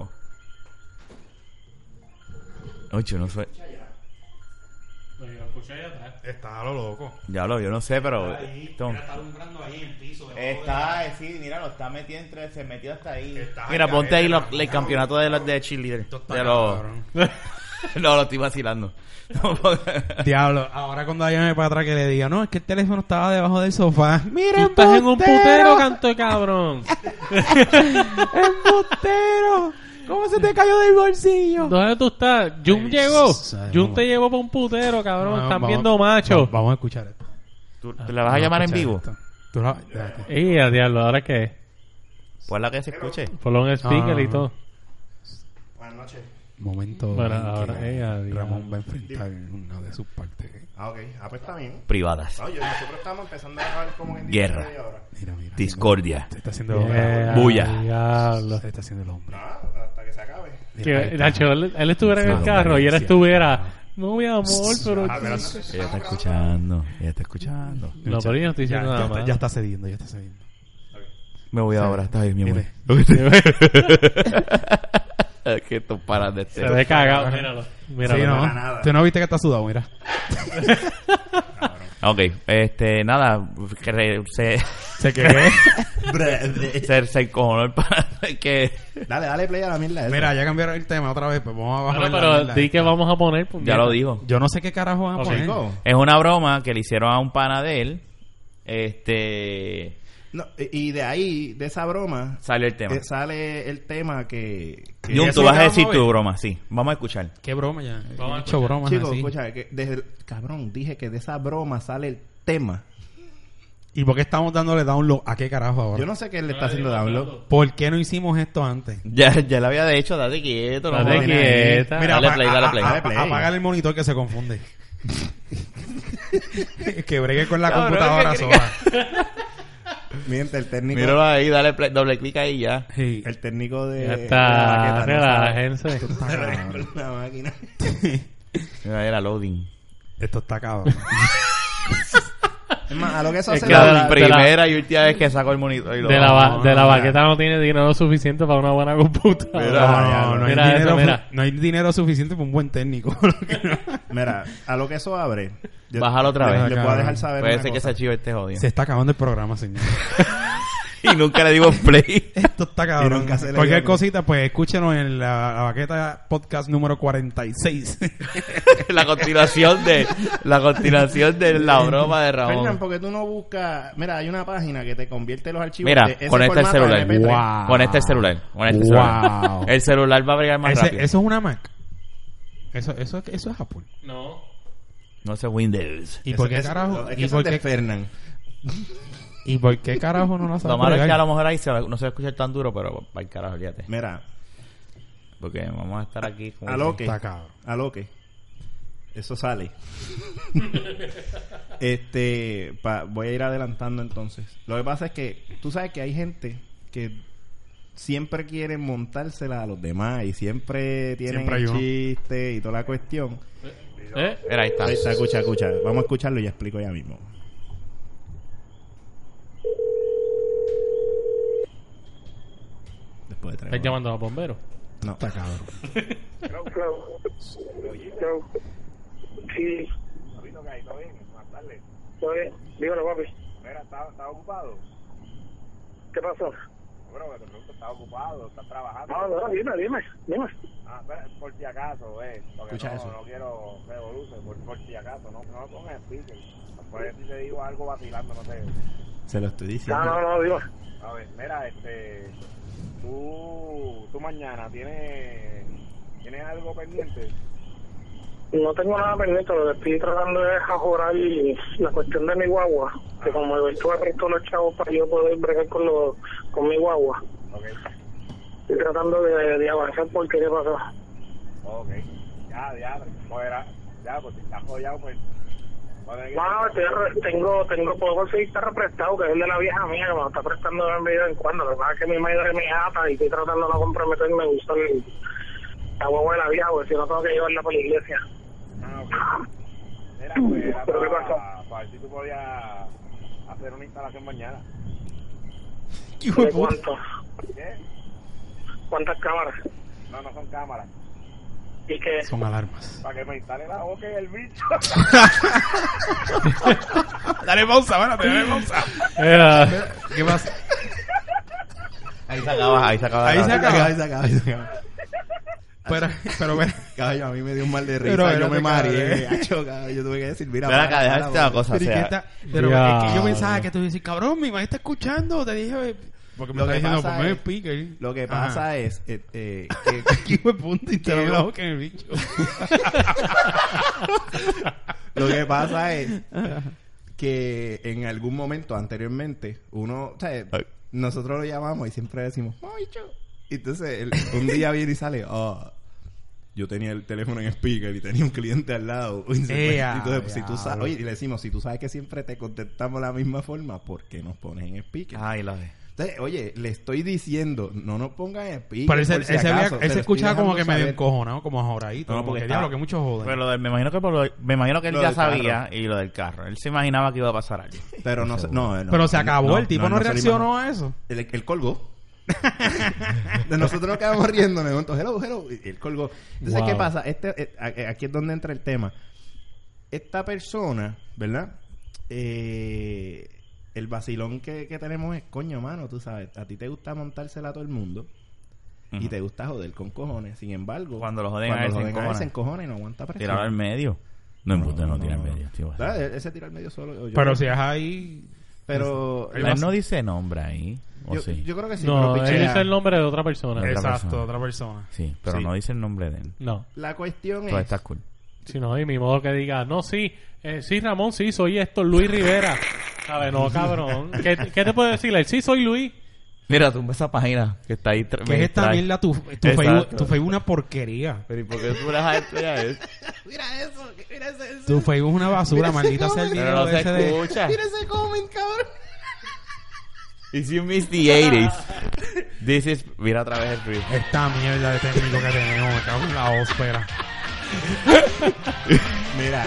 Speaker 2: Oye, yo no sé.
Speaker 1: Está a lo loco.
Speaker 2: Ya lo, yo no sé, pero. Tom.
Speaker 1: alumbrando ahí en el piso.
Speaker 2: Está, eh, sí, mira, lo está metiendo entre, se metió hasta ahí.
Speaker 1: Está
Speaker 2: mira,
Speaker 1: en
Speaker 2: ponte
Speaker 1: la
Speaker 2: ahí
Speaker 1: cadera,
Speaker 2: lo-
Speaker 1: cabrón.
Speaker 2: el campeonato de, los de cheerleader.
Speaker 1: Esto está
Speaker 2: De los,
Speaker 1: cabrón.
Speaker 2: No, lo estoy vacilando. No,
Speaker 1: Diablo, ahora cuando alguien me para atrás que le diga, no, es que el teléfono estaba debajo del sofá. Mira,
Speaker 3: Tú estás en un
Speaker 1: embustero,
Speaker 3: putero, canto de cabrón.
Speaker 1: embustero. ¿Cómo se te cayó del bolsillo?
Speaker 3: ¿Dónde tú estás? Jun llegó.
Speaker 1: sabe,
Speaker 3: Jun
Speaker 1: vamos.
Speaker 3: te llevó para un putero, cabrón.
Speaker 1: Vamos,
Speaker 3: Están
Speaker 1: vamos,
Speaker 3: viendo macho.
Speaker 1: Vamos, vamos a escuchar esto.
Speaker 2: ¿Tú tú la vas a llamar en vivo?
Speaker 1: Tú la- espérate.
Speaker 3: Y a diablo, ahora qué.
Speaker 2: Ponla Pues que se escuche.
Speaker 3: Ponlo un speaker
Speaker 1: no,
Speaker 3: y
Speaker 1: no.
Speaker 3: todo.
Speaker 4: Buenas noches.
Speaker 1: Momento
Speaker 3: Bueno,
Speaker 1: en que
Speaker 3: ahora, eh, adiós.
Speaker 1: Ramón va a enfrentar una de sus partes.
Speaker 4: Ah, ok. Ah, pues está bien.
Speaker 2: Privadas.
Speaker 4: Oye, nosotros estamos empezando a grabar como en
Speaker 2: Guerra.
Speaker 4: diecinueve horas.
Speaker 1: Mira, mira.
Speaker 2: Discordia.
Speaker 1: Se está haciendo el
Speaker 3: Eh,
Speaker 1: hombre.
Speaker 2: Bulla.
Speaker 3: a Diablo.
Speaker 1: Se está haciendo el hombre.
Speaker 4: Ah, hasta que se acabe.
Speaker 1: Mira, ahí
Speaker 3: Que,
Speaker 1: está.
Speaker 3: Nacho, él, él estuviera en
Speaker 1: No,
Speaker 3: el carro y él
Speaker 1: sí,
Speaker 3: estuviera. No, mi amor, pero.
Speaker 4: Ah, pero
Speaker 2: Ella está escuchando. Ella está escuchando.
Speaker 3: No, pero yo no estoy
Speaker 1: Ya,
Speaker 3: diciendo
Speaker 1: ya
Speaker 3: nada
Speaker 1: está,
Speaker 3: más.
Speaker 1: ya está cediendo, ya está cediendo.
Speaker 2: Me voy ahora. Está bien, mi amor. que estos paras de este.
Speaker 3: Se ve cagado, míralo. Míralo.
Speaker 1: sí,
Speaker 4: para
Speaker 1: no.
Speaker 4: nada.
Speaker 1: Tú no viste que está sudado, mira.
Speaker 2: Ok, este, nada. que re- Se,
Speaker 1: Se quedó.
Speaker 2: se, se encojonó el pana que.
Speaker 4: Dale, dale play a la mierda. esa.
Speaker 1: mira, ya cambiaron el tema otra vez, pues vamos a
Speaker 3: Bueno,
Speaker 1: bajar. la
Speaker 3: pero
Speaker 1: mierda
Speaker 3: di
Speaker 1: esta.
Speaker 3: que vamos a poner. pues,
Speaker 2: Ya lo
Speaker 3: mierda.
Speaker 2: dijo.
Speaker 1: Yo no sé qué carajo van a
Speaker 3: Ok,
Speaker 1: poner.
Speaker 4: Chico.
Speaker 2: Es una broma que le hicieron a un pana de él. Este.
Speaker 4: No, y y de ahí, de esa broma,
Speaker 2: Salió el tema.
Speaker 4: eh, sale el tema que... que-
Speaker 2: Jun,
Speaker 1: eso
Speaker 2: tú vas
Speaker 1: que
Speaker 2: a
Speaker 1: vamos
Speaker 2: decir
Speaker 1: a ver.
Speaker 2: tu broma, sí. Vamos a escuchar.
Speaker 1: Qué broma ya. He
Speaker 3: a
Speaker 1: hecho bromas
Speaker 4: Chicos,
Speaker 1: así.
Speaker 4: escucha, que desde el- cabrón, dije que de esa broma sale el tema.
Speaker 1: ¿Y por qué estamos dándole download? ¿A qué carajo ahora?
Speaker 4: Yo no sé qué le está haciendo download.
Speaker 1: ¿Por qué no hicimos esto antes?
Speaker 2: Ya, ya lo había hecho, date quieto. no
Speaker 3: Date
Speaker 2: jodas.
Speaker 3: quieta.
Speaker 2: Mira, dale play, dale play.
Speaker 1: a-
Speaker 4: Dale play.
Speaker 1: apagar el monitor que se confunde. que bregue con la
Speaker 2: Cabrón,
Speaker 1: computadora
Speaker 2: que-
Speaker 1: sola.
Speaker 4: Mientras el técnico...
Speaker 2: Míralo ahí, dale play, doble clic ahí ya.
Speaker 1: Sí.
Speaker 4: El técnico de...
Speaker 3: Ya
Speaker 4: de la
Speaker 3: está.
Speaker 4: maqueta, no sabe.
Speaker 3: Relájense.
Speaker 4: La máquina.
Speaker 2: Mira, era loading.
Speaker 1: Esto está cabrón.
Speaker 4: Es más, a lo que eso
Speaker 3: Es
Speaker 4: hace
Speaker 3: que la-
Speaker 2: La,
Speaker 3: de de
Speaker 2: primera y última vez que sacó el monitor. y lo-
Speaker 3: De la, ba-
Speaker 1: no,
Speaker 3: de la
Speaker 1: no,
Speaker 3: baqueta no tiene dinero suficiente para una buena
Speaker 1: No,
Speaker 3: computadora.
Speaker 1: no, no, hay
Speaker 3: mira eso,
Speaker 1: dinero,
Speaker 3: mira.
Speaker 1: no hay dinero suficiente para un buen técnico.
Speaker 4: Mira, a lo que eso abre... yo-
Speaker 2: Bájalo otra
Speaker 4: le-
Speaker 2: vez.
Speaker 4: Le puedo dejar saber
Speaker 2: Puede
Speaker 4: una
Speaker 2: ser que
Speaker 4: cosa.
Speaker 2: se archivo este jodido.
Speaker 1: se está acabando el programa, señor.
Speaker 2: Y nunca le digo play.
Speaker 1: Esto está
Speaker 4: Y
Speaker 1: cabrón.
Speaker 4: nunca se le
Speaker 1: Cualquier
Speaker 4: dio, ¿no?
Speaker 1: cosita, pues escúchenos en la, la baqueta podcast número 46.
Speaker 2: la continuación de la continuación de la broma de Ramón.
Speaker 4: Fernan, porque tú no buscas... Mira, hay una página que te convierte los archivos...
Speaker 2: Mira,
Speaker 4: de ese
Speaker 2: conecta el
Speaker 4: formato a
Speaker 2: celular.
Speaker 4: MP3.
Speaker 1: Wow.
Speaker 2: Conecta el celular. Conecta el
Speaker 1: Wow.
Speaker 2: celular. El celular va a bregar más
Speaker 1: Ese-
Speaker 2: rápido.
Speaker 1: eso es una Mac. Eso, eso, eso es Apple.
Speaker 3: No.
Speaker 2: No sé, Windows.
Speaker 1: ¿Y
Speaker 4: Eso-
Speaker 1: por qué
Speaker 4: eso-
Speaker 1: carajo?
Speaker 4: Es que
Speaker 1: ¿Y
Speaker 4: eso
Speaker 1: por
Speaker 4: es de
Speaker 1: qué,
Speaker 4: Fernan.
Speaker 1: ¿Y por qué carajo no la
Speaker 2: Lo
Speaker 1: saben
Speaker 2: malo es que a
Speaker 1: bregar?
Speaker 2: lo mejor ahí se va- no se va a escuchar tan duro, pero para el carajo, olvídate.
Speaker 4: Mira,
Speaker 2: Porque vamos a estar aquí. como-
Speaker 4: a lo que...
Speaker 1: Está cabrón.
Speaker 4: a Ah, lo que eso sale este pa- voy a ir adelantando entonces lo que pasa es que tú sabes que hay gente que siempre quiere montársela a los demás y siempre tienen
Speaker 1: Siempre hay
Speaker 4: el
Speaker 1: uno.
Speaker 4: chiste y toda la cuestión
Speaker 3: ¿Eh?
Speaker 2: Mira, ahí está.
Speaker 4: Ahí está, escucha escucha vamos a escucharlo y ya explico ya mismo después de tres
Speaker 3: Estás
Speaker 4: horas.
Speaker 3: llamando a los bomberos.
Speaker 4: no
Speaker 1: Está cabrón.
Speaker 6: Flow. Flow. Sí. ¿Todo bien? Dígalo, papi. Mira, ¿estás ocupado? ¿Qué pasó? Bueno, te pregunto, ¿estás ocupado? ¿Estás trabajando? No, no, dime, dime, dime. Ah, por si acaso, eh. Porque
Speaker 4: Escucha
Speaker 6: no,
Speaker 4: eso.
Speaker 6: no quiero revoluciones, por, por si acaso. No, no con el speaker. Por si te digo algo vacilando, no sé.
Speaker 4: se lo estoy diciendo
Speaker 6: no, dime. A ver, mira, este... Tú, tú mañana tienes, tienes algo pendiente.
Speaker 7: No tengo nada pendiente, lo que estoy tratando es ajorar la cuestión de mi guagua, que
Speaker 6: Ah.
Speaker 7: como el tú prestó los chavos para yo poder bregar con los, con mi guagua.
Speaker 6: Ok.
Speaker 7: Estoy tratando de, de avanzar porque qué pasó.
Speaker 6: Ok, ya, ya, fuera, ya, pues si está jodido, pues. va a tener que-
Speaker 7: Bueno, estoy re- tengo, tengo, puedo conseguir estar prestado, que es el de la vieja mía, que me lo está prestando de vez en cuando. Lo que pasa es que mi madre es mi jata y estoy tratando de no comprometerme a usar el- la guagua de la vieja, porque si no tengo que llevarla para la iglesia.
Speaker 6: Ah, ok. Mira, pues, era
Speaker 7: ¿Pero qué
Speaker 6: para, para ver si tú podías hacer una instalación mañana.
Speaker 7: ¿De cuánto?
Speaker 6: ¿Qué?
Speaker 7: ¿Cuántas cámaras?
Speaker 6: No, no son cámaras.
Speaker 7: Y que
Speaker 1: Son alarmas.
Speaker 6: Para que me instale la boca y el bicho.
Speaker 1: Dale pausa, espérate, dale pausa.
Speaker 3: Mira,
Speaker 1: ¿Qué pasa?
Speaker 2: Ahí se acaba, ahí se acaba.
Speaker 1: Ahí se acaba.
Speaker 4: Ahí se acaba, ahí se acaba.
Speaker 1: Pero, pero, pero,
Speaker 4: Caballo, a mí me dio un mal de
Speaker 1: Pero,
Speaker 4: risa. Yo me
Speaker 1: espérate,
Speaker 4: mareé.
Speaker 1: cabrón. eh.
Speaker 4: Hacho, caballo, yo tuve que decir, mira.
Speaker 2: Pero
Speaker 4: para,
Speaker 2: acá,
Speaker 4: para,
Speaker 2: déjate una
Speaker 4: para.
Speaker 2: cosa. O
Speaker 1: pero es que
Speaker 2: sea,
Speaker 1: está- pero es que yo
Speaker 3: Ya,
Speaker 1: pensaba
Speaker 3: bro.
Speaker 1: que tú dices, cabrón, mi mamá está escuchando. Te dije, porque me
Speaker 4: Lo
Speaker 1: está
Speaker 4: que
Speaker 1: diciendo,
Speaker 4: pasa
Speaker 1: ponme el
Speaker 4: es-
Speaker 1: speaker.
Speaker 4: Lo que pasa
Speaker 1: Ajá.
Speaker 4: es este, que
Speaker 1: Qué hijo de punta interrogado que me bicho.
Speaker 4: Lo que pasa es que en algún momento anteriormente, uno, o sea,
Speaker 2: Ay.
Speaker 4: nosotros lo llamamos y siempre decimos, "Moicho". Y entonces él- un día viene y sale, "Ah, yo tenía el teléfono en speaker y tenía un cliente al lado. Y se-
Speaker 1: Ea,
Speaker 4: y entonces, pues, si tú sabes,
Speaker 1: diablo.
Speaker 4: oye, y le decimos, si tú sabes que siempre te contestamos de la misma forma, ¿por qué nos pones en speaker?
Speaker 2: Ay, la ve.
Speaker 4: Entonces, oye, le estoy diciendo, no nos pongas en speaker.
Speaker 1: Pero ese,
Speaker 4: por si
Speaker 1: ese había-
Speaker 4: acaso,
Speaker 1: él se
Speaker 4: te lo estoy
Speaker 1: escuchaba como
Speaker 4: dejando
Speaker 1: que medio
Speaker 4: saber".
Speaker 1: encojonado, como ajoradito.
Speaker 4: No,
Speaker 1: como
Speaker 4: porque
Speaker 1: que,
Speaker 4: estaba-
Speaker 1: diablo, que mucho joden.
Speaker 2: Pero lo del- me imagino que por lo- me imagino que él
Speaker 4: Lo
Speaker 2: ya
Speaker 4: del
Speaker 2: sabía y lo del carro. Él se imaginaba que iba a pasar algo.
Speaker 4: Pero no, se- no, no,
Speaker 1: Pero se acabó,
Speaker 4: no,
Speaker 1: el tipo no,
Speaker 4: se lo
Speaker 1: reaccionó a eso.
Speaker 4: Él, él colgó. de nosotros nos quedamos riendo, me contó, hello, hello, y él colgó. Entonces,
Speaker 3: Wow.
Speaker 4: ¿qué pasa? Este, eh, a- aquí es donde entra el tema. Esta persona, ¿verdad? Eh, el vacilón que, que tenemos es, coño, mano, tú sabes, a ti te gusta montársela a todo el mundo y
Speaker 2: Ujú.
Speaker 4: te gusta joder con cojones. Sin embargo,
Speaker 2: Cuando lo joden a él, se
Speaker 4: a
Speaker 2: encojona.
Speaker 4: se encojona y no aguanta presión.
Speaker 2: Tirarlo al medio. No, no, no, no tira al
Speaker 4: no,
Speaker 2: medio. tío.
Speaker 4: ¿Sabes? E- Ese tira al medio solo. o yo-
Speaker 1: Pero si es ahí...
Speaker 4: Pero...
Speaker 1: Él
Speaker 2: Él no dice nombre ahí. ¿O
Speaker 4: yo,
Speaker 2: sí?
Speaker 4: yo creo que sí.
Speaker 3: No,
Speaker 4: pero
Speaker 3: él
Speaker 4: pichea.
Speaker 3: dice el nombre de otra persona.
Speaker 2: Otra
Speaker 1: Exacto,
Speaker 2: persona.
Speaker 1: otra persona.
Speaker 2: Sí, pero
Speaker 4: Sí.
Speaker 2: no dice el nombre de él.
Speaker 3: No.
Speaker 4: La cuestión
Speaker 2: Todo
Speaker 4: es...
Speaker 2: Pues está cool.
Speaker 3: Si no, y mi modo que diga, no, sí, eh, sí, Ramón, sí, soy esto, Luis Rivera. ¿Sabes? No, cabrón. ¿Qué, qué te puedo decirle? Sí, soy Luis.
Speaker 2: Mira, tumba esa página que está ahí.
Speaker 1: Que es esta mierda, tu, tu,
Speaker 2: Exacto.
Speaker 1: Facebook, tu Facebook es una porquería.
Speaker 2: Pero ¿y por qué tú le das esto ya? Es-
Speaker 4: Mira eso, mira ese, ese-
Speaker 1: Tu Facebook es una basura,
Speaker 4: Mira ese
Speaker 1: maldita sea el
Speaker 4: cabrón.
Speaker 2: Pero
Speaker 1: video
Speaker 2: no se
Speaker 1: ese de...
Speaker 2: escucha.
Speaker 4: mira ese comment, cabrón.
Speaker 2: If you miss the 80s, this is... Mira otra vez el tweet.
Speaker 1: Esta mierda de técnico que tenemos, me cago en la óspera.
Speaker 4: Mira.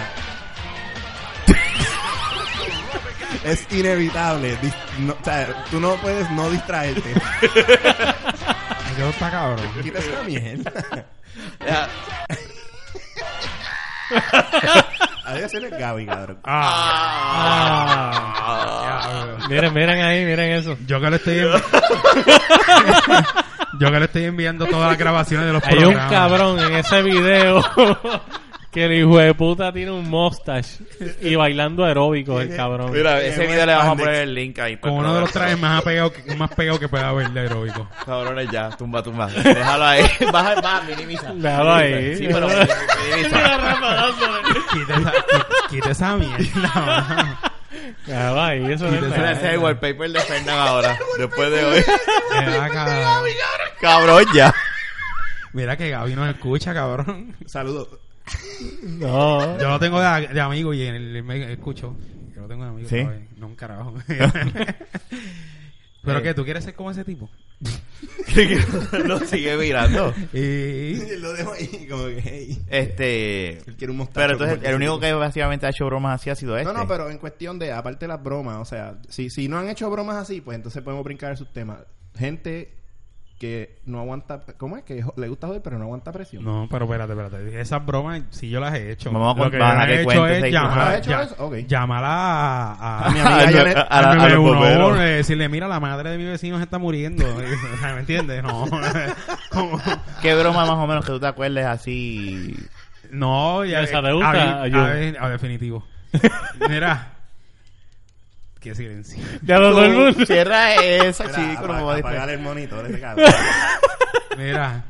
Speaker 4: es inevitable. dis- no- o sea, tú no puedes no distraerte.
Speaker 1: Me quedo está cabrón.
Speaker 4: Quita esa mierda. Adiós, eres Gaby, cabrón.
Speaker 1: Ah,
Speaker 3: Miren, miren ahí, miren eso.
Speaker 1: yo que le estoy... envi- yo que le estoy enviando todas las grabaciones de los
Speaker 3: Hay un
Speaker 1: programas.
Speaker 3: cabrón en ese video que el hijo de puta tiene un mustache y bailando aeróbico el cabrón.
Speaker 2: Mira,
Speaker 4: eh,
Speaker 2: ese video le vamos a
Speaker 4: Spandex.
Speaker 2: poner el link ahí. para
Speaker 1: Con
Speaker 2: que
Speaker 1: uno
Speaker 2: lo
Speaker 1: de los
Speaker 2: vean.
Speaker 1: trajes más pegado que, más pegado que pueda haber de aeróbico.
Speaker 2: Cabrones, ya. Tumba, tumba. Déjalo ahí. Baja, baja, minimiza.
Speaker 3: Déjalo ahí.
Speaker 2: Sí, pero
Speaker 3: Mira,
Speaker 2: minimiza.
Speaker 3: Rafa, dándole.
Speaker 1: Quita esa, qui- quita esa mierda. mano.
Speaker 3: Déjalo ahí, eso es
Speaker 2: Ese
Speaker 3: nada.
Speaker 2: es el wallpaper de Fernan ahora. Después de hoy.
Speaker 1: Mira, cabrón.
Speaker 2: Cabrón, ya.
Speaker 1: Mira que Gaby nos escucha, cabrón.
Speaker 4: Saludos.
Speaker 3: No.
Speaker 1: Yo lo tengo de, de amigo y en el me escucho. Yo lo tengo de amigo.
Speaker 2: ¿Sí?
Speaker 1: cabrón. No, un carajo.
Speaker 2: Eh.
Speaker 1: Pero que tú quieres ser como ese tipo.
Speaker 2: Lo sigue mirando.
Speaker 1: Y...
Speaker 4: Lo dejo ahí como que, hey.
Speaker 2: Este...
Speaker 4: Él quiere un mostacho.
Speaker 2: Pero
Speaker 4: como
Speaker 2: entonces, el único que básicamente ha hecho bromas así ha sido este.
Speaker 4: No, no, pero en cuestión de, aparte de las bromas, o sea, si, si no han hecho bromas así, pues entonces podemos brincar sus temas. Gente que no aguanta, ¿cómo es? Que jo- le gusta joder, pero no aguanta presión.
Speaker 1: No, pero espérate, espérate. Esas bromas sí yo las he hecho.
Speaker 2: Vamos a
Speaker 1: lo que yo
Speaker 2: contar,
Speaker 1: no
Speaker 2: que
Speaker 1: he hecho
Speaker 2: cuentes
Speaker 1: es
Speaker 2: ahí.
Speaker 1: llamar,
Speaker 4: ¿Has hecho
Speaker 1: ya-
Speaker 4: eso? Ok.
Speaker 1: llamar a, a,
Speaker 4: A mi amiga
Speaker 2: Ay,
Speaker 4: Janet-
Speaker 2: a- a- a-
Speaker 1: al
Speaker 2: a los
Speaker 1: 911,
Speaker 2: bomberos.
Speaker 1: eh, decirle, mira, la madre de mi vecino se está muriendo. ¿Me entiendes? No. Como-
Speaker 2: ¿Qué broma más o menos que tú te acuerdes así?
Speaker 1: No, ya.
Speaker 3: ¿Esa te gusta,
Speaker 1: a-
Speaker 3: ayuda?
Speaker 1: a- a- a- definitivo. Mira. Qué silencio.
Speaker 3: Ya lo todo el mundo.
Speaker 2: Cierra esa,
Speaker 4: Era
Speaker 2: chico.
Speaker 4: apa-
Speaker 2: No me voy a
Speaker 4: apagar
Speaker 2: distraer.
Speaker 4: el monitor ese cabrón.
Speaker 1: Mira.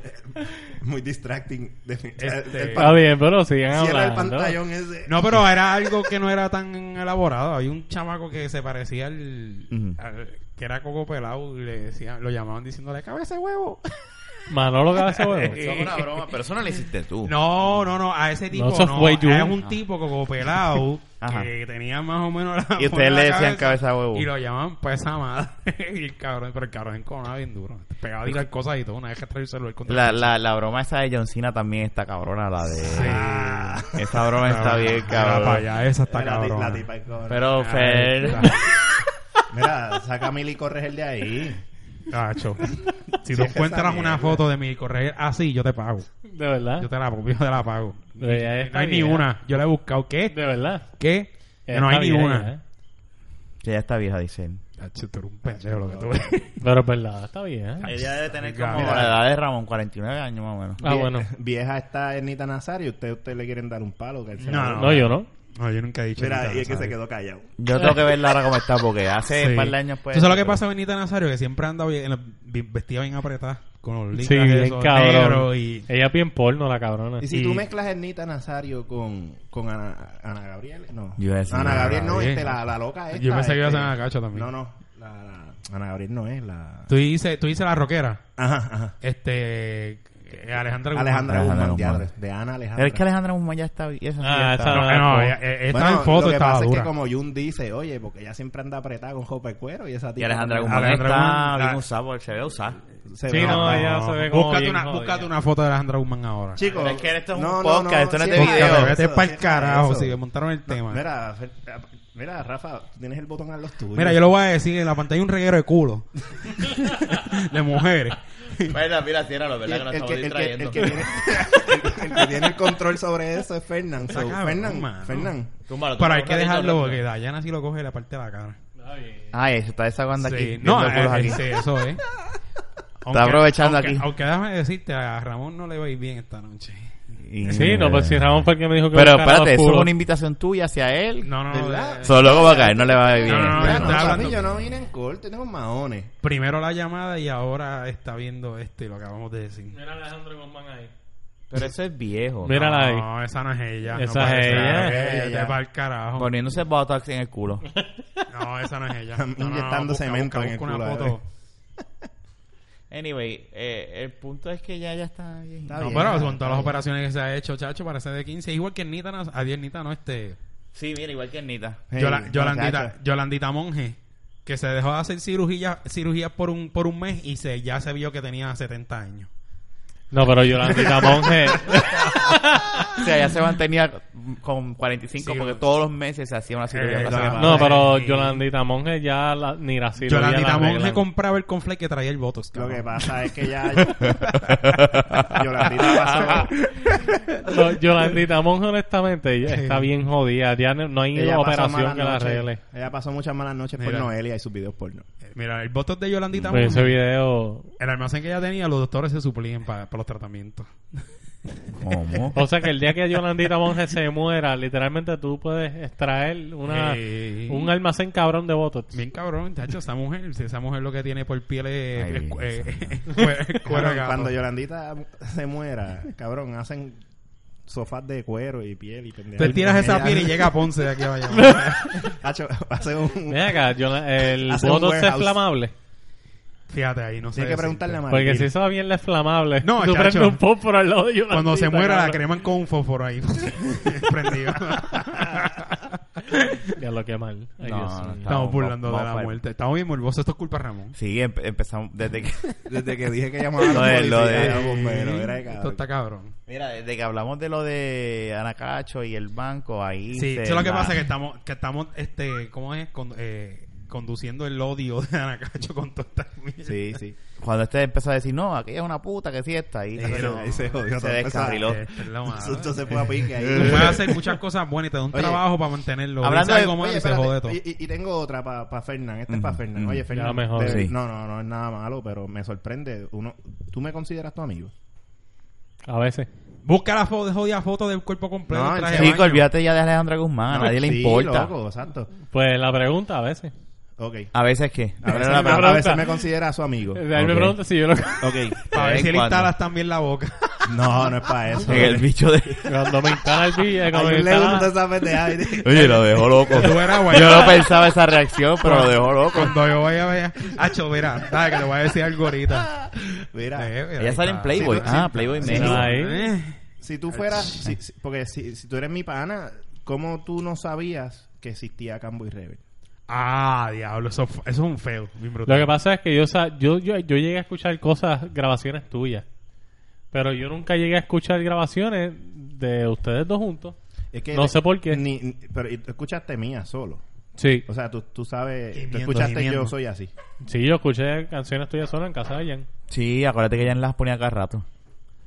Speaker 4: Muy distracting. De-
Speaker 1: Este-
Speaker 4: el pan-
Speaker 3: Está bien, pero sigan
Speaker 4: Cierra el
Speaker 3: hablando.
Speaker 4: pantallón ese.
Speaker 1: No, pero era algo que no era tan elaborado. Había un chamaco que se parecía al.
Speaker 2: Ujú.
Speaker 1: al- que era coco pelado. Y le decían, lo llamaban diciéndole, cabeza de huevo.
Speaker 3: Manolo Cabeza Huevo.
Speaker 2: Eso es una broma, pero eso no le hiciste tú.
Speaker 1: Eh, No, no, no. A ese tipo
Speaker 3: eso
Speaker 1: no.
Speaker 3: fue yo.
Speaker 1: Era un tipo coco pelado.
Speaker 2: Ajá.
Speaker 1: que tenía más o menos la.
Speaker 2: Y ustedes le decían
Speaker 1: cabeza
Speaker 2: cabeza de huevo.
Speaker 1: Y lo llamaban pues esa madre. y el cabrón, pero el cabrón encojonaba bien duro. Pegaba a tirar cosas y todo. Una vez que trae el celular contra
Speaker 2: La,
Speaker 1: el
Speaker 2: la, la broma esa de John Cena también está cabrona, la de...
Speaker 1: Ah.
Speaker 2: Esa broma está bien,
Speaker 1: Mira para
Speaker 2: cabrón.
Speaker 1: allá, esa está
Speaker 4: Era la, ti- la
Speaker 1: cabrona.
Speaker 4: tipa cabrón.
Speaker 1: Ah,
Speaker 2: Pero Fer...
Speaker 4: Mira, saca a Mili y corres el de ahí.
Speaker 1: Cacho. Si tú
Speaker 4: es que
Speaker 1: encuentras
Speaker 4: esa
Speaker 1: una
Speaker 4: mierda.
Speaker 1: foto de mi correr así, yo te pago.
Speaker 3: De verdad.
Speaker 1: Yo te la pago, yo te la pago.
Speaker 3: Pero ya
Speaker 1: No
Speaker 3: está
Speaker 1: hay ni
Speaker 3: bien.
Speaker 1: una. Yo la he buscado. ¿Qué?
Speaker 3: De verdad.
Speaker 1: ¿Qué?
Speaker 3: Ya
Speaker 1: No hay
Speaker 3: está
Speaker 1: ni
Speaker 3: bien, ¿eh?
Speaker 1: una.
Speaker 2: Que ya está vieja, dice él.
Speaker 1: Hacho, tú eres un pendejo lo que tú ves.
Speaker 3: Pero es verdad, está bien. ¿eh?
Speaker 8: Ella debe tener
Speaker 1: Mira,
Speaker 8: como la edad de Ramón, 49 años más o menos.
Speaker 3: Ah, bueno.
Speaker 4: Vieja está Ernita Nazario. Usted, usted le quieren dar un palo. que él se-
Speaker 1: No,
Speaker 3: No, yo no.
Speaker 1: No, yo nunca he dicho
Speaker 4: Mira,
Speaker 1: Benita
Speaker 4: y es que se
Speaker 1: Nazario.
Speaker 4: quedó callado.
Speaker 2: Yo tengo que verla ahora cómo está, porque hace
Speaker 1: Sí.
Speaker 2: un par de años pues.
Speaker 1: ¿Tú sabes lo que pasa con Benita Nazario? Que siempre anda bien, en la- bien- vestida bien apretada. Con los
Speaker 3: Sí,
Speaker 1: licras
Speaker 3: bien
Speaker 1: esos
Speaker 3: cabrón.
Speaker 1: negros y...
Speaker 3: Ella es bien porno, la cabrona.
Speaker 4: Y si
Speaker 1: Y-
Speaker 4: tú mezclas Ernita Nazario con, con Ana, Ana Gabriel, no.
Speaker 2: Yo iba a decir
Speaker 4: Ana
Speaker 2: Ana
Speaker 4: Gabriel no,
Speaker 1: Gabriel.
Speaker 4: este, la, la loca esta.
Speaker 1: Yo pensé que iba a ser
Speaker 4: este.
Speaker 1: Ana Cacho también.
Speaker 4: No, no. La, la- Ana Gabriel no es la...
Speaker 1: Tú dices, tú dices la rockera.
Speaker 4: Ajá, ajá.
Speaker 1: Este... eh, Alejandra Guzmán.
Speaker 4: Alejandra
Speaker 2: Alejandra
Speaker 4: Guzmán,
Speaker 2: Guzmán.
Speaker 4: diadre, de Ana Alejandra.
Speaker 2: Pero es que Alejandra Guzmán ya está. y Esa sí
Speaker 3: Ah,
Speaker 2: ya
Speaker 3: esa
Speaker 2: está.
Speaker 1: No, no, ella- eh, estaba
Speaker 4: Bueno,
Speaker 1: en foto,
Speaker 4: lo que
Speaker 1: estaba
Speaker 4: pasa es
Speaker 1: dura.
Speaker 4: que como Jun dice, oye, porque ella siempre anda apretada con jopa de cuero y esa
Speaker 2: Y
Speaker 4: tía...
Speaker 2: Alejandra Guzmán
Speaker 1: Alejandra
Speaker 2: está
Speaker 1: Guzmán,
Speaker 2: bien
Speaker 1: ah.
Speaker 2: usada, porque se ve usada.
Speaker 4: Se
Speaker 3: Sí,
Speaker 4: ve-
Speaker 3: no, ella se ve como
Speaker 1: Búscate,
Speaker 3: bien
Speaker 1: una,
Speaker 3: jodida.
Speaker 1: búscate una foto de Alejandra Guzmán ahora.
Speaker 4: Chicos,
Speaker 2: Pero es que esto es un
Speaker 4: no, no,
Speaker 2: podcast,
Speaker 4: no,
Speaker 2: esto no es de
Speaker 4: sí,
Speaker 2: video.
Speaker 4: eso,
Speaker 1: Búscate, vete para el
Speaker 4: sí,
Speaker 1: carajo,
Speaker 4: eso.
Speaker 1: si montaron el tema. Mira,
Speaker 4: Mira, Fer- mira, Rafa, tú tienes el botón a los tuyos.
Speaker 3: Pues
Speaker 1: yo lo voy a decir, en la pantalla hay un reguero de culo. de mujeres.
Speaker 2: Mira, mira, ciérralo,
Speaker 4: Y
Speaker 2: ¿verdad? Que
Speaker 4: el,
Speaker 2: nos
Speaker 4: el
Speaker 2: estamos
Speaker 4: que, el, que, el
Speaker 2: distrayendo.
Speaker 4: que tiene, el, el que tiene el control sobre eso es Fernán. So,
Speaker 1: Ah, cabrón,
Speaker 4: Fernán,
Speaker 1: mano.
Speaker 4: Fernán.
Speaker 2: Túmbalo,
Speaker 1: Pero
Speaker 2: túmbalo,
Speaker 1: hay que
Speaker 2: ratito,
Speaker 1: dejarlo porque
Speaker 2: ratito.
Speaker 1: Dayana sí lo coge la parte de la cara.
Speaker 3: Está bien.
Speaker 2: Ay, se está desahogando aquí.
Speaker 1: Sí,
Speaker 2: viendo
Speaker 1: no,
Speaker 2: culos
Speaker 1: eh,
Speaker 2: aquí.
Speaker 1: sí, eso es.
Speaker 2: aprovechando
Speaker 1: aunque-
Speaker 2: aquí.
Speaker 1: Aunque déjame decirte, a Ramón no le va a ir bien esta noche.
Speaker 2: Y-
Speaker 3: Sí, no, pues si Ramón fue el que me dijo que
Speaker 2: Pero
Speaker 3: buscara los
Speaker 2: espérate, eso es
Speaker 3: culos.
Speaker 2: una invitación tuya hacia él.
Speaker 1: No, no,
Speaker 4: ¿Verdad?
Speaker 1: eh,
Speaker 2: Solo luego va a caer, no le va a ir bien.
Speaker 1: No, no, no,
Speaker 4: Mira,
Speaker 1: está
Speaker 4: no, papi,
Speaker 1: hablando-
Speaker 4: yo no vine en corto, tengo maones.
Speaker 1: primero la llamada y ahora está viendo este, lo acabamos de decir.
Speaker 3: Mira a Alejandro Guzmán ahí.
Speaker 2: Pero eso es viejo.
Speaker 3: Mírala ahí.
Speaker 1: No, esa no es ella.
Speaker 3: Esa
Speaker 1: no puede
Speaker 3: es
Speaker 1: ser.
Speaker 3: ella.
Speaker 1: Ella, Te va al carajo.
Speaker 2: Poniéndose Botox en el culo.
Speaker 1: No, esa no es ella. No, no, no,
Speaker 4: Inyectando
Speaker 1: busca,
Speaker 4: cemento
Speaker 1: busca,
Speaker 4: en el
Speaker 1: busca
Speaker 4: culo, ¿eh?
Speaker 1: una
Speaker 4: a
Speaker 1: foto.
Speaker 4: ver.
Speaker 2: Anyway, eh, el punto es que ya, ya está bien.
Speaker 4: Está
Speaker 1: No,
Speaker 4: bien,
Speaker 1: pero
Speaker 4: está
Speaker 1: con todas las
Speaker 4: bien.
Speaker 1: operaciones que se ha hecho, chacho, parece de 15. Igual que Nita, no- a 10 Nita no este.
Speaker 2: Sí, mira, igual que Nita.
Speaker 4: Hey,
Speaker 1: Yola- Yolandita,
Speaker 4: muchacho.
Speaker 1: Yolandita Monge, que se dejó de hacer cirugía, cirugía por un por un mes y se ya se vio que tenía 70 años.
Speaker 3: No, pero Yolandita Monge.
Speaker 2: O sea, ya se mantenía con 45
Speaker 1: Sí,
Speaker 2: porque
Speaker 1: no.
Speaker 2: todos los meses se hacía una cirugía. para
Speaker 1: Eh, lo que
Speaker 2: sacar.
Speaker 3: No, pero
Speaker 1: Sí.
Speaker 3: Yolandita Monge ya la, ni la cirugía la
Speaker 1: Yolandita Monge
Speaker 3: arreglan.
Speaker 1: compraba el conflate que traía el Botox.
Speaker 4: Lo
Speaker 1: cabrón.
Speaker 4: que pasa es que ya. Yolandita
Speaker 1: Ah,
Speaker 4: pasó.
Speaker 3: No, Yolandita Monge, honestamente, ella
Speaker 1: Sí.
Speaker 3: está bien jodida. Ya no, no hay
Speaker 4: Ella pasó,
Speaker 3: operación
Speaker 4: malas
Speaker 3: que la
Speaker 4: noches,
Speaker 3: arregle.
Speaker 4: ella pasó muchas malas noches por
Speaker 1: Mira.
Speaker 4: Noelia y sus videos porno.
Speaker 1: Eh, Mira, el Botox de Yolandita
Speaker 3: Pues ese
Speaker 1: Monge,
Speaker 3: video.
Speaker 1: el almacén que ella tenía, los doctores se suplían para los tratamientos.
Speaker 2: ¿Cómo?
Speaker 3: O sea que el día que Yolandita Monge se muera, literalmente tú puedes extraer una,
Speaker 1: Eh.
Speaker 3: un almacén cabrón de Botox.
Speaker 1: Bien cabrón, chacho, esa mujer, si esa mujer lo que tiene por piel es
Speaker 2: Ay,
Speaker 1: es-
Speaker 2: bien,
Speaker 1: eh,
Speaker 2: santo.
Speaker 1: cue- cuero de
Speaker 4: Cabrón,
Speaker 1: gato.
Speaker 4: cuando Yolandita se muera, cabrón, hacen sofás de cuero y piel y pendejas.
Speaker 1: Te tiras esa
Speaker 4: Ella-
Speaker 1: piel y llega a Ponce de aquí a Bayamón.
Speaker 4: Hacho, hace un.
Speaker 3: Ven acá, Yola- el
Speaker 4: Hace un
Speaker 3: Botox es
Speaker 4: warehouse.
Speaker 3: inflamable.
Speaker 1: Fíjate ahí, no sé.
Speaker 4: Tienes que
Speaker 1: decirte.
Speaker 4: preguntarle a María.
Speaker 3: Porque si esa bien la inflamable,
Speaker 1: No,
Speaker 3: tú
Speaker 1: chacho.
Speaker 3: prendes un pop por al lado de Yolandita.
Speaker 1: Cuando se muera la
Speaker 3: cabrón.
Speaker 1: creman con un fósforo ahí prendido.
Speaker 3: Ya lo que mal. Ay,
Speaker 2: No,
Speaker 3: Dios
Speaker 2: no,
Speaker 3: mío.
Speaker 2: está-
Speaker 1: Estamos
Speaker 2: Vamos,
Speaker 1: burlando
Speaker 2: vamos
Speaker 1: de la
Speaker 2: para-
Speaker 1: muerte. Estamos bien morbosos. Esto es culpa de Ramón.
Speaker 2: Sí, empe- empezamos desde que...
Speaker 4: Desde que dije que llamaba a
Speaker 2: Lo
Speaker 4: los
Speaker 2: de- lo
Speaker 4: policías,
Speaker 2: de-
Speaker 4: a los bomberos, era de
Speaker 1: Esto
Speaker 4: Eh, cabrón.
Speaker 1: está cabrón.
Speaker 2: Mira, desde que hablamos de lo de Anacacho y el banco, ahí...
Speaker 1: Sí,
Speaker 2: se
Speaker 1: eso es lo que
Speaker 2: la-
Speaker 1: pasa que estamos, que estamos, este, ¿cómo es? Con- eh, conduciendo el odio de Anacacho con toda esta mierda.
Speaker 4: Sí, sí.
Speaker 2: Cuando este empezó a decir, no, aquella es una puta, que sí está ahí.
Speaker 1: Sí, no.
Speaker 4: Ahí se
Speaker 2: Se
Speaker 4: jodió todo.
Speaker 2: descarriló.
Speaker 4: O
Speaker 1: Esto es lo malo.
Speaker 4: sea,
Speaker 1: ¿eh?
Speaker 4: Esto se fue a pique ahí.
Speaker 1: Tú puedes hacer muchas cosas buenas y te da un
Speaker 4: Oye,
Speaker 1: trabajo para mantenerlo.
Speaker 2: hablando
Speaker 1: Dice
Speaker 2: de-
Speaker 1: algo malo
Speaker 4: Oye,
Speaker 1: y se
Speaker 4: espérate,
Speaker 1: jode todo.
Speaker 4: Y, y- y tengo otra para Fernán. Esta es para Fernán. Oye,
Speaker 3: Ya
Speaker 4: Fernán.
Speaker 3: me jode.
Speaker 4: te-
Speaker 2: Sí.
Speaker 4: No, no, no es nada malo, pero me sorprende. Uno, ¿Tú me consideras tu amigo?
Speaker 3: A veces.
Speaker 1: Busca la foto, jodida foto del cuerpo completo.
Speaker 4: No,
Speaker 1: del traje de
Speaker 2: Chico,
Speaker 1: baño.
Speaker 2: olvídate ya de Alejandra Guzmán, a nadie le
Speaker 4: Sí,
Speaker 2: importa.
Speaker 4: loco, exacto.
Speaker 3: Pues la pregunta, a veces.
Speaker 4: Ok.
Speaker 2: A veces que...
Speaker 4: A veces,
Speaker 3: la
Speaker 4: me- a
Speaker 3: pregunta.
Speaker 4: veces me considera su amigo.
Speaker 3: De ahí me
Speaker 2: Ok.
Speaker 3: pregunta si yo lo.
Speaker 4: Ok.
Speaker 1: Para ver
Speaker 2: Ey,
Speaker 1: si le
Speaker 2: cuando-
Speaker 1: instalas también la boca.
Speaker 4: No, no es para eso.
Speaker 2: En el bicho de...
Speaker 3: Cuando me instala el billete,
Speaker 4: A
Speaker 3: cuando me
Speaker 4: él le gusta
Speaker 3: instala.
Speaker 4: esa pendeja. ¿viste?
Speaker 2: Oye, lo dejó loco.
Speaker 1: Tú eras guay.
Speaker 2: Yo no pensaba esa reacción, pero lo dejó loco.
Speaker 1: Cuando yo vaya a ver, Acho, mira, dale que te voy a decir algo ahorita.
Speaker 4: Mira,
Speaker 1: Eh, mira,
Speaker 2: Ella
Speaker 1: ahí
Speaker 2: sale
Speaker 1: está.
Speaker 2: en Playboy.
Speaker 4: Sí, sí.
Speaker 2: Ah, Playboy
Speaker 4: Sí,
Speaker 2: México.
Speaker 3: Ahí.
Speaker 1: Eh,
Speaker 4: si tú fueras... si- si- porque si, si tú eres mi pana, ¿cómo tú no sabías que existía Camboy Rebel?
Speaker 1: Ah, diablo, eso, fu- eso es un feo, bien
Speaker 3: Lo
Speaker 1: brutal.
Speaker 3: que pasa es que yo, sa- yo, yo, yo llegué a escuchar cosas, grabaciones tuyas. Pero yo nunca llegué a escuchar grabaciones de ustedes dos juntos.
Speaker 4: Es que
Speaker 3: No sé por qué.
Speaker 4: Ni, ni- pero y tú escuchaste mía solo.
Speaker 3: Sí.
Speaker 4: O sea, tú, tú sabes...
Speaker 1: Gimiendo,
Speaker 4: tú escuchaste
Speaker 1: gimiendo.
Speaker 4: Yo Soy Así.
Speaker 3: Sí, yo escuché canciones tuyas solo en casa de Jan.
Speaker 2: Sí, acuérdate que ella las ponía cada rato.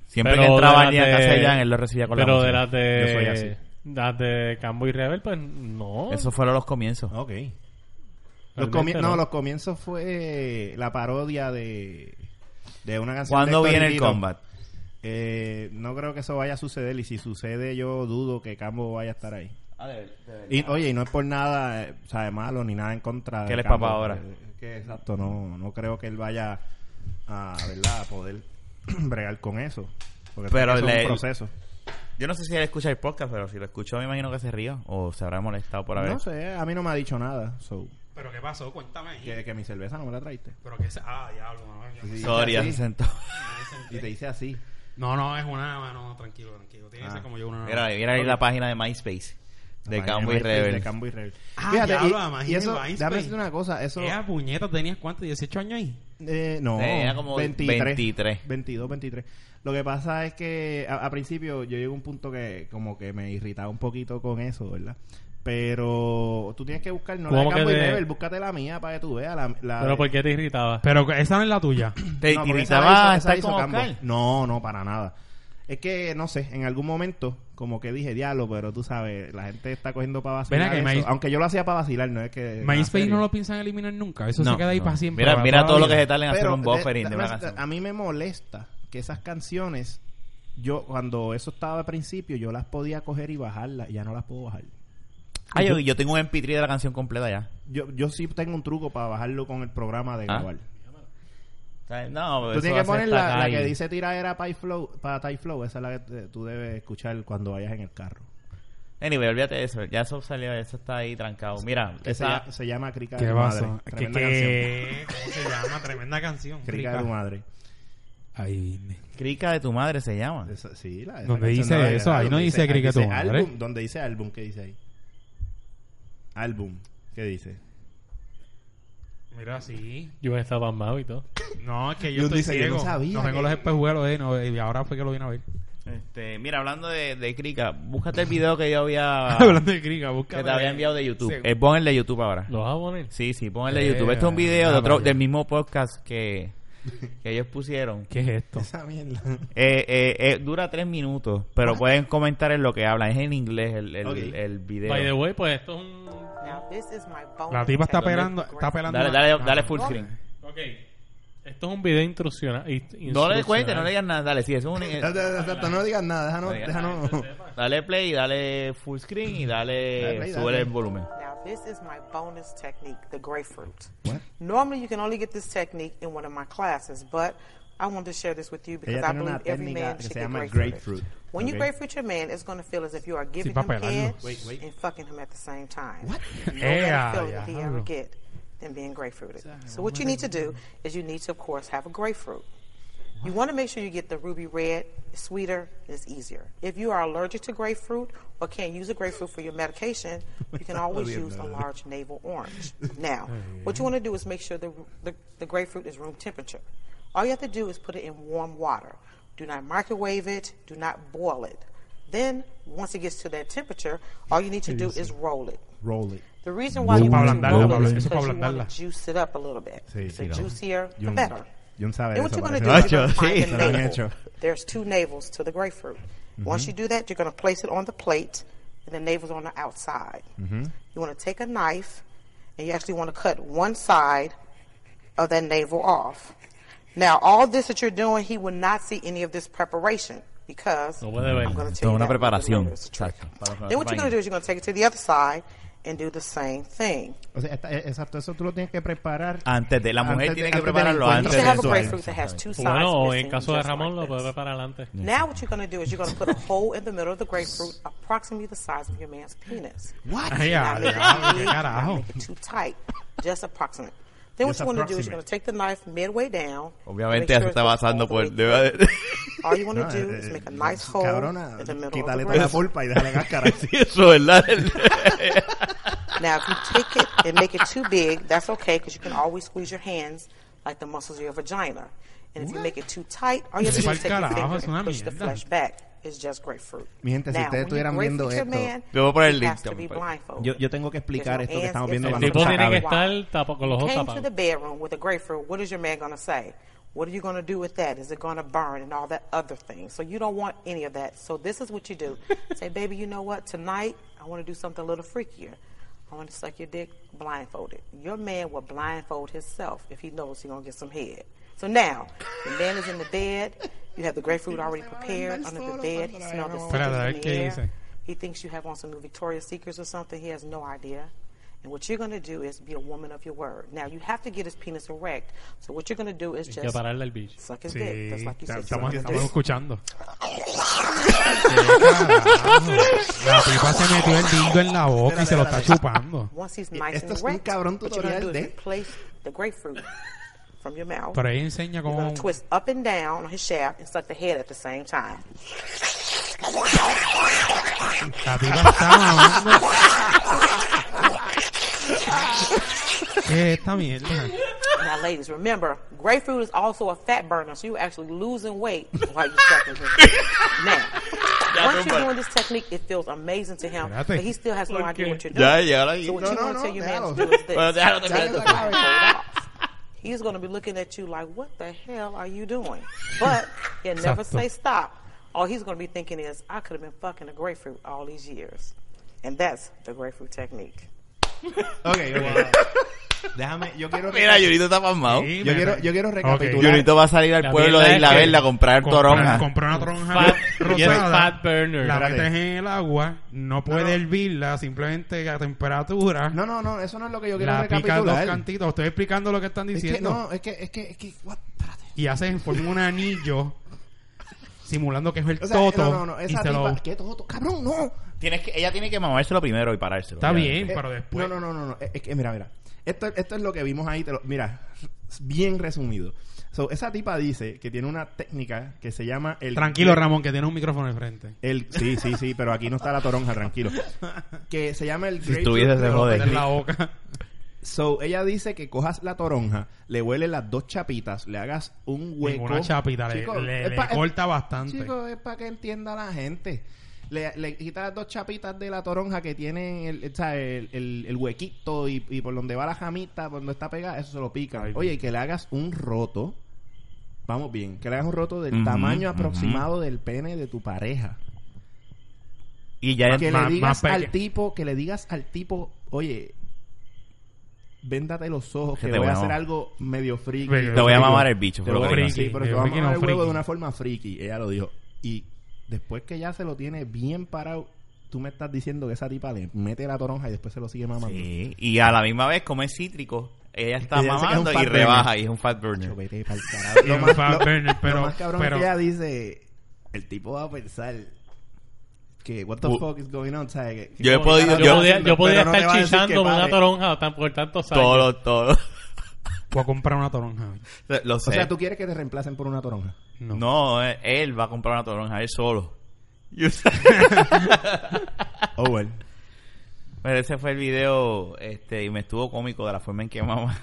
Speaker 2: Siempre
Speaker 3: Pero
Speaker 2: que entraba
Speaker 3: de
Speaker 2: Jan
Speaker 3: las
Speaker 2: a casa
Speaker 3: de-
Speaker 2: de Jan, él lo recibía con la
Speaker 3: Pero de
Speaker 2: música.
Speaker 3: las de.
Speaker 4: Yo soy así.
Speaker 3: Las de Cambo y Rebel, pues no.
Speaker 2: Eso fueron los comienzos.
Speaker 4: Ok. Los
Speaker 3: Realmente
Speaker 4: comien-
Speaker 3: no.
Speaker 4: no, los comienzos fue la parodia de, de una canción.
Speaker 2: ¿Cuándo
Speaker 4: de
Speaker 2: viene el
Speaker 4: Torillito.
Speaker 2: combat?
Speaker 4: Eh, no creo que eso vaya a suceder y si sucede yo dudo que Cambo vaya a estar ahí.
Speaker 8: Ah, de- de verdad.
Speaker 4: Y, oye, y no es por nada, eh, sabe malo ni nada en contra. de
Speaker 2: Que él es
Speaker 4: Cambo,
Speaker 2: papá ahora.
Speaker 4: que- que exacto, no, no creo que él vaya a, ¿verdad? a poder bregar con eso. Porque
Speaker 2: Pero
Speaker 4: eso es
Speaker 2: le-
Speaker 4: un proceso.
Speaker 2: Yo no sé si él escucha el podcast, pero si lo escuchó, me imagino que se rió o se habrá molestado por haber.
Speaker 4: No sé, a mí no me ha dicho nada. So,
Speaker 1: Pero ¿qué pasó? Cuéntame.
Speaker 4: que, que mi cerveza no me la traiste.
Speaker 1: Pero que se- Ah, diablo, mano. yo-
Speaker 2: Sorry, ya
Speaker 4: Sí.
Speaker 2: se sentó.
Speaker 4: Y te dice así.
Speaker 1: No, no, es una mano, tranquilo, tranquilo. Tiene que ser
Speaker 4: Ah.
Speaker 1: como yo una
Speaker 2: Mira, mira ahí la página de MySpace de
Speaker 4: Imagínate,
Speaker 2: Cambo y
Speaker 4: MySpace,
Speaker 2: Rebel.
Speaker 4: De Cambo y Rebel.
Speaker 1: Ah,
Speaker 4: Fíjate,
Speaker 1: diablo,
Speaker 4: y- y,
Speaker 1: imagínate,
Speaker 4: eso,
Speaker 1: MySpace.
Speaker 4: déjame decirte una cosa, eso...
Speaker 1: Ea, puñeta, ¿tenías cuánto? ¿18 años ahí?
Speaker 4: Eh, no,
Speaker 2: Tenía como 23.
Speaker 4: 22, 23. Lo que pasa es que a, a principio yo llegué a un punto que como que me irritaba un poquito con eso, ¿verdad? Pero tú tienes que buscar, no la de
Speaker 3: ¿Cómo que
Speaker 4: Cambo y
Speaker 3: te-
Speaker 4: Rebel, búscate la mía para que tú veas la... la-
Speaker 3: Pero pues ¿por qué te irritaba?
Speaker 1: Pero que- esa no es la tuya.
Speaker 2: Te
Speaker 4: No, porque esa la hizo-
Speaker 2: irritaba
Speaker 4: esa la
Speaker 2: estar
Speaker 4: hizo
Speaker 2: con
Speaker 4: Cambo.
Speaker 2: Oscar.
Speaker 4: No, no, para nada. Es que, no sé, en algún momento como que dije, diablo, pero tú sabes, la gente está cogiendo para vacilar
Speaker 1: acá, y
Speaker 4: eso.
Speaker 1: MySpace-
Speaker 4: Aunque yo lo hacía para vacilar, no es que...
Speaker 1: MySpace
Speaker 4: serio.
Speaker 1: no lo piensan eliminar nunca. Eso se
Speaker 2: No,
Speaker 1: queda ahí
Speaker 2: no.
Speaker 1: para siempre.
Speaker 2: Mira,
Speaker 1: para
Speaker 2: mira
Speaker 1: toda
Speaker 2: todo
Speaker 1: la
Speaker 2: lo que
Speaker 1: vida.
Speaker 2: se tarda en hacer
Speaker 4: Pero
Speaker 2: un
Speaker 4: de-
Speaker 2: buffering de
Speaker 4: de-
Speaker 2: una
Speaker 4: de- ah,
Speaker 2: canción.
Speaker 4: A mí me molesta que esas canciones, yo cuando eso estaba al principio, yo las podía coger y bajarlas, y ya no las puedo bajar.
Speaker 2: Ah, yo, yo tengo un MP3 de la canción completa ya.
Speaker 4: Yo, yo sí tengo un truco para bajarlo con el programa de
Speaker 2: Ah.
Speaker 4: grabar.
Speaker 2: O sea, No,
Speaker 4: Tú
Speaker 2: eso
Speaker 4: tienes que
Speaker 2: hace
Speaker 4: poner la,
Speaker 2: estar
Speaker 4: la
Speaker 2: ahí.
Speaker 4: que dice tiradera para Flow, para Ty Flow, esa es la que te- tú debes escuchar cuando vayas en el carro.
Speaker 2: Anyway, olvídate de eso. Ya eso salió, eso está ahí trancado. Mira,
Speaker 4: Que se,
Speaker 2: esa-
Speaker 4: lla- se llama Crica de
Speaker 1: ¿Qué
Speaker 4: tu
Speaker 1: pasa?
Speaker 4: Madre.
Speaker 1: ¿Qué,
Speaker 4: Tremenda canción.
Speaker 1: qué? ¿Cómo se llama? Tremenda canción.
Speaker 4: Crica de tu madre.
Speaker 1: Ahí viene.
Speaker 2: Crica de tu madre se llama.
Speaker 4: Esa- sí, la- esa
Speaker 1: Donde
Speaker 4: canción
Speaker 1: dice
Speaker 4: no la-
Speaker 1: eso, ahí no
Speaker 4: donde
Speaker 1: dice Crica de tu
Speaker 4: dice
Speaker 1: madre.
Speaker 4: álbum, donde dice álbum, ¿qué dice ahí? Álbum, ¿qué dice?
Speaker 1: Mira, sí.
Speaker 3: Yo estaba amado y todo.
Speaker 1: No, es que
Speaker 4: Yo
Speaker 1: yo estoy
Speaker 4: dice, yo no
Speaker 1: ciego. No,
Speaker 4: sabía
Speaker 1: tengo
Speaker 4: que-
Speaker 1: los espejuelos eh, no, y ahora fue que lo vine a ver.
Speaker 2: Este, mira, hablando de, de Crica, búscate el video que yo había
Speaker 1: Hablando de crica, busca.
Speaker 2: Ah. que te había enviado de YouTube.
Speaker 1: Sí.
Speaker 2: Eh, pon el de YouTube ahora.
Speaker 3: ¿Los vas a poner?
Speaker 2: Sí, sí, pon el de
Speaker 1: Eh,
Speaker 2: YouTube. Este es un video de
Speaker 1: ah,
Speaker 2: otro,
Speaker 1: vaya.
Speaker 2: del mismo podcast que, que ellos pusieron.
Speaker 1: ¿Qué es esto?
Speaker 4: Esa mierda.
Speaker 2: Eh, eh, eh, dura tres minutos, pero pueden comentar en lo que hablan. Es en inglés el, el,
Speaker 4: Ok.
Speaker 2: el video.
Speaker 3: By the way, pues esto es un...
Speaker 4: Mm-hmm.
Speaker 1: La tipa está pelando, está pelando.
Speaker 2: Dale,
Speaker 1: una-
Speaker 2: dale,
Speaker 1: Ah,
Speaker 2: dale full screen.
Speaker 3: Ok. Esto es un video instruccional.
Speaker 2: No le cuentes, no le digas nada. Dale, sí, es un...
Speaker 4: Exacto, exacto, no digas nada, déjanos,
Speaker 2: No digas
Speaker 4: déjanos.
Speaker 2: Dale play y dale full screen y dale,
Speaker 4: Dale play,
Speaker 2: sube
Speaker 4: dale.
Speaker 2: el volumen.
Speaker 9: Now, this is my bonus technique, the grapefruit.
Speaker 4: What?
Speaker 9: Normally, you can only get this technique in one of my classes, but I wanted to share this with you because
Speaker 4: Ella
Speaker 9: I
Speaker 4: tiene una
Speaker 9: believe every
Speaker 4: técnica
Speaker 9: man
Speaker 4: que
Speaker 9: should
Speaker 4: se
Speaker 9: get
Speaker 4: llama
Speaker 9: grapefruit.
Speaker 4: grapefruit,
Speaker 9: When you
Speaker 4: okay?
Speaker 9: grapefruit your man, it's going to feel as if you are giving
Speaker 1: va
Speaker 9: him head
Speaker 1: pelarlo.
Speaker 4: Wait, wait.
Speaker 9: and fucking him at the same time.
Speaker 4: What?
Speaker 9: No better
Speaker 1: Yeah,
Speaker 9: feeling did he ever
Speaker 1: diablo.
Speaker 9: get than being grapefruited. So what you need to do is you need to, of course, have a grapefruit. You want to make sure you get the ruby red. It's sweeter. It's easier. If you are allergic to grapefruit or can't use a grapefruit for your medication, you can always use a large navel orange. Now, what you want to do is make sure the, the, the grapefruit is room temperature. All you have to do is put it in warm water. Do not microwave it. Do not boil it. Then, once it gets to that temperature, all you need to do is roll it.
Speaker 4: Roll it.
Speaker 9: The reason why you
Speaker 1: Para
Speaker 9: want to
Speaker 1: ablandarla,
Speaker 9: roll
Speaker 1: para
Speaker 9: it
Speaker 1: ablandarla.
Speaker 9: is
Speaker 1: Eso para
Speaker 9: because you want
Speaker 1: ablandarla.
Speaker 9: to juice it up a little bit.
Speaker 4: Sí, sí,
Speaker 9: the
Speaker 4: no.
Speaker 9: juicier,
Speaker 4: Yo
Speaker 9: the
Speaker 4: un-
Speaker 9: better.
Speaker 4: yo un sabe
Speaker 9: And
Speaker 4: de
Speaker 9: what
Speaker 4: eso,
Speaker 9: you're going to
Speaker 4: parece.
Speaker 9: do is
Speaker 2: Nacho,
Speaker 9: you're going to find
Speaker 2: sí.
Speaker 9: the
Speaker 4: Lo han
Speaker 9: navel.
Speaker 4: hecho.
Speaker 9: There's two navels to the grapefruit. Once you do that, you're going to place it on the plate, and the navel's on the outside. You want to take a knife, and you actually want to cut one side of that navel off. Now, all this that you're doing, he will not see any of this preparation because
Speaker 3: No puede ver.
Speaker 9: I'm going
Speaker 2: Toda
Speaker 9: to tell you
Speaker 2: una
Speaker 9: that with the
Speaker 2: preparación.
Speaker 9: numbers.
Speaker 2: Exacto. Para- para-
Speaker 9: Then what you're
Speaker 2: para-
Speaker 9: going to do is you're going to take it to the other side and do the same thing.
Speaker 4: O sea, está- eh, exacto, eso tú lo tienes que preparar.
Speaker 2: Antes de, la mujer
Speaker 4: Antes de-
Speaker 2: tiene que
Speaker 4: antes del
Speaker 2: prepararlo
Speaker 4: encuentro
Speaker 9: You
Speaker 2: antes
Speaker 9: should have a
Speaker 2: de
Speaker 9: grapefruit that has two sides.
Speaker 3: Bueno, o en
Speaker 9: missing,
Speaker 3: caso de
Speaker 9: just
Speaker 3: Ramón
Speaker 9: like
Speaker 3: lo puede
Speaker 9: this.
Speaker 3: preparar adelante.
Speaker 9: Now what you're going to do is you're going to put a hole in the middle of the grapefruit, approximately the size of your man's penis.
Speaker 1: What? Ay,
Speaker 9: Now
Speaker 1: ya, diablo,
Speaker 9: make it big,
Speaker 1: qué
Speaker 9: not
Speaker 1: carajo.
Speaker 9: make it too tight, just approximate. Then what
Speaker 4: Just
Speaker 9: you want to do
Speaker 4: approximate.
Speaker 9: is you're going to take the knife midway down.
Speaker 2: Obviamente
Speaker 9: make
Speaker 2: ya
Speaker 9: sure
Speaker 2: se
Speaker 9: it's
Speaker 2: está
Speaker 9: all
Speaker 2: basando
Speaker 9: the
Speaker 2: por...
Speaker 9: way
Speaker 2: de-
Speaker 9: through. All you want
Speaker 4: No,
Speaker 9: to do
Speaker 4: eh,
Speaker 9: is
Speaker 4: eh,
Speaker 9: make a nice hole
Speaker 4: Cabrona,
Speaker 9: in the middle of
Speaker 4: quítale
Speaker 9: the
Speaker 4: toda la
Speaker 9: grapefruit.
Speaker 4: pulpa y déjale cáscara.
Speaker 2: Sí, eso, ¿verdad?
Speaker 9: Now, if you take it and make it too big, that's okay because you can always squeeze your hands like the muscles of your vagina. And if you make it too tight, all you have to do
Speaker 1: Pa'l
Speaker 9: is take your
Speaker 1: carajo,
Speaker 9: finger
Speaker 1: es una
Speaker 9: and push the
Speaker 1: mierda.
Speaker 9: flesh back. It's just grapefruit.
Speaker 4: Mi gente, si
Speaker 9: Now,
Speaker 4: ustedes
Speaker 9: when you
Speaker 4: estuvieran viendo
Speaker 9: grapefruit your
Speaker 4: esto,
Speaker 9: man,
Speaker 2: yo voy a poner el
Speaker 9: he
Speaker 2: link
Speaker 9: has to be
Speaker 2: también.
Speaker 9: blindfolded.
Speaker 4: Yo- yo tengo que explicar
Speaker 9: There's
Speaker 4: esto que
Speaker 9: ands,
Speaker 4: estamos viendo
Speaker 9: ifs,
Speaker 3: El
Speaker 4: cuando
Speaker 9: ands,
Speaker 3: tipo
Speaker 4: esto se
Speaker 3: tiene que
Speaker 4: acabe.
Speaker 3: estar tapa- con los
Speaker 9: you
Speaker 3: ojos
Speaker 9: came to
Speaker 3: tapados.
Speaker 9: the bedroom with a grapefruit, what is your man going to say? What are you going to do with that? Is it going to burn and all that other thing? So you don't want any of that. So this is what you do. say, baby, you know what? Tonight, I want to do something a little freakier. I want to suck your dick blindfolded. Your man will blindfold himself if he knows he's going to get some head. So now, the man is in the bed. You have the grapefruit already prepared under the bed. He smells the
Speaker 1: Espera, a ver
Speaker 9: cigarette in
Speaker 1: qué
Speaker 9: the
Speaker 1: dice.
Speaker 9: air. He thinks you have on some new Victoria's Secrets or something. He has no idea. And what you're going to do is be a woman of your word. Now, you have to get his penis erect. So what you're going to do is
Speaker 3: Hay que
Speaker 9: just
Speaker 3: pararle al bicho.
Speaker 9: suck his
Speaker 1: Sí,
Speaker 9: dick. Just like you
Speaker 1: está-
Speaker 9: said.
Speaker 1: estamos,
Speaker 9: suck his
Speaker 1: estamos
Speaker 9: dick.
Speaker 1: escuchando. ¿Qué carajo? La tipa se metió el lindo en la boca y se lo está chupando.
Speaker 9: Once he's
Speaker 4: Y
Speaker 9: nice
Speaker 4: esto
Speaker 9: and
Speaker 4: es un
Speaker 9: erect,
Speaker 4: cabrón
Speaker 9: what you're gonna
Speaker 4: tutorial
Speaker 9: do is
Speaker 4: de-
Speaker 9: replace the grapefruit from your mouth.
Speaker 1: Pero ella enseña
Speaker 9: You're
Speaker 1: cómo...
Speaker 9: gonna twist up and down on his shaft and suck the head at the same time.
Speaker 1: La tipa está mamando. ¿Qué es esta mierda?
Speaker 9: Now, ladies, remember, grapefruit is also a fat burner, so you're actually losing weight while you're sucking him. Now, once you're doing this technique, it feels amazing to him,
Speaker 1: Espérate.
Speaker 9: but he still has no idea what you're doing.
Speaker 2: Ya, ya, ahora
Speaker 9: So what
Speaker 4: No,
Speaker 9: you
Speaker 4: no,
Speaker 9: want
Speaker 4: no,
Speaker 9: to tell your man to
Speaker 4: déjalo.
Speaker 9: do is this.
Speaker 2: Bueno, déjalo que
Speaker 9: Take
Speaker 2: lo
Speaker 9: the
Speaker 2: acabe.
Speaker 9: blindfold off. He's going to be looking at you like, what the hell are you doing? But he'll
Speaker 1: Exacto.
Speaker 9: never say stop. All he's going to be thinking is, I could have been fucking a grapefruit all these years. And that's the grapefruit technique.
Speaker 4: Ok, ok. Déjame, yo quiero...
Speaker 2: Mira, Yurito está pasmado.
Speaker 1: Sí,
Speaker 4: Yo
Speaker 1: me-
Speaker 4: quiero- yo quiero
Speaker 1: Ok.
Speaker 4: recapitular.
Speaker 2: Yurito va a salir al
Speaker 3: La
Speaker 2: pueblo
Speaker 3: mierda
Speaker 2: de Isla
Speaker 3: es que
Speaker 2: Verde a comprar
Speaker 1: Comprar-
Speaker 2: toronja.
Speaker 1: Comprar una toronja
Speaker 3: Fat, yes,
Speaker 1: rosada.
Speaker 3: fat burner.
Speaker 1: La
Speaker 4: Espérate.
Speaker 1: metes en el agua, no puede hervirla, simplemente a temperatura.
Speaker 4: No, no, no, eso no es lo que yo quiero
Speaker 1: la picas dos
Speaker 4: recapitular.
Speaker 1: cantitos. Estoy explicando lo que están
Speaker 4: Es que,
Speaker 1: diciendo.
Speaker 4: no, es que, es que, es que, what? Espérate.
Speaker 1: Y hacen, forman un anillo simulando que es el
Speaker 4: O sea, eh,
Speaker 1: toto.
Speaker 4: no, no, no,
Speaker 1: y
Speaker 4: esa
Speaker 1: se
Speaker 4: tipa,
Speaker 1: lo...
Speaker 4: ¿qué toto? Cabrón, no.
Speaker 2: Tienes que, ella tiene que mamárselo primero y parárselo.
Speaker 1: Está
Speaker 2: Ya.
Speaker 1: bien,
Speaker 4: Eh,
Speaker 1: pero después.
Speaker 4: No, no, no, no, no. Es que, mira, mira. Esto, esto es lo que vimos ahí. Te lo, mira, bien resumido. So, esa tipa dice que tiene una técnica que se llama el...
Speaker 1: Tranquilo, Ramón, que tiene un micrófono al frente.
Speaker 4: El, sí, sí, sí, pero aquí no está la toronja, tranquilo. Que se llama el
Speaker 2: Si
Speaker 4: grapefruit
Speaker 2: estuviese, se
Speaker 4: throw.
Speaker 2: jode.
Speaker 1: En la boca.
Speaker 4: So, ella dice que cojas la toronja, le huele las dos chapitas, le hagas un hueco.
Speaker 1: Ninguna chapita, le- le- le corta bastante.
Speaker 4: Chico, es para que entienda la gente. Le, le quita las dos chapitas de la toronja que tienen el, o sea, el, el- el huequito y, y por donde va la jamita, por donde está pegada, eso se lo pica. Oye, y que le hagas un roto. Vamos bien, que le hagas un roto del
Speaker 2: Ujú,
Speaker 4: tamaño
Speaker 2: ujú.
Speaker 4: aproximado del pene de tu pareja
Speaker 2: Y ya
Speaker 4: que
Speaker 1: Más-
Speaker 4: le digas
Speaker 1: más peque-
Speaker 4: al tipo, que le digas al tipo, oye, véndate los ojos,
Speaker 2: Que
Speaker 4: que
Speaker 2: te
Speaker 4: voy
Speaker 2: voy
Speaker 4: a
Speaker 2: a
Speaker 4: hacer
Speaker 2: mamar.
Speaker 4: algo medio friki.
Speaker 1: Te
Speaker 2: te voy a mamar el bicho.
Speaker 4: Te
Speaker 2: fue lo
Speaker 4: lo voy
Speaker 2: que
Speaker 4: a-
Speaker 2: dijo.
Speaker 1: friki.
Speaker 4: sí, pero te
Speaker 1: Medio
Speaker 4: voy a
Speaker 1: friki,
Speaker 4: mamar
Speaker 1: no
Speaker 4: el huevo
Speaker 1: friki.
Speaker 4: de una forma friki. Ella lo dijo. Y después que ya se lo tiene bien parado, tú me estás diciendo que esa tipa le mete la toronja y después se lo sigue mamando.
Speaker 2: Sí, Y a la misma vez come cítrico. Ella está
Speaker 4: Y ella dice que es un
Speaker 2: mamando
Speaker 4: fat
Speaker 2: y
Speaker 4: burner.
Speaker 2: rebaja y es un fat burner.
Speaker 4: Yo, vete pa'l carajo.
Speaker 1: Y un fat burner, pero-
Speaker 4: lo más cabrón
Speaker 1: pero-
Speaker 4: es que ella dice, el tipo va a pensar que what the
Speaker 2: Bu-
Speaker 4: fuck is going on, ¿sabes? Que- que
Speaker 2: Yo he
Speaker 4: como
Speaker 2: podido-
Speaker 4: que
Speaker 3: Yo,
Speaker 4: está
Speaker 3: podía,
Speaker 4: haciendo,
Speaker 3: yo podía
Speaker 4: pero no te va a
Speaker 3: estar
Speaker 4: decir que
Speaker 3: chichando una
Speaker 4: pare.
Speaker 3: toronja tan por tantos años.
Speaker 2: Todo, todo.
Speaker 1: Voy a comprar una toronja. hoy.
Speaker 2: Lo sé.
Speaker 4: O sea, ¿tú quieres que te reemplacen por una toronja?
Speaker 1: No.
Speaker 2: No, eh, él va a comprar una toronja, él solo. Y usa-
Speaker 4: Oh, well.
Speaker 2: Pero ese fue el video este, y me estuvo cómico de la forma en que mamá.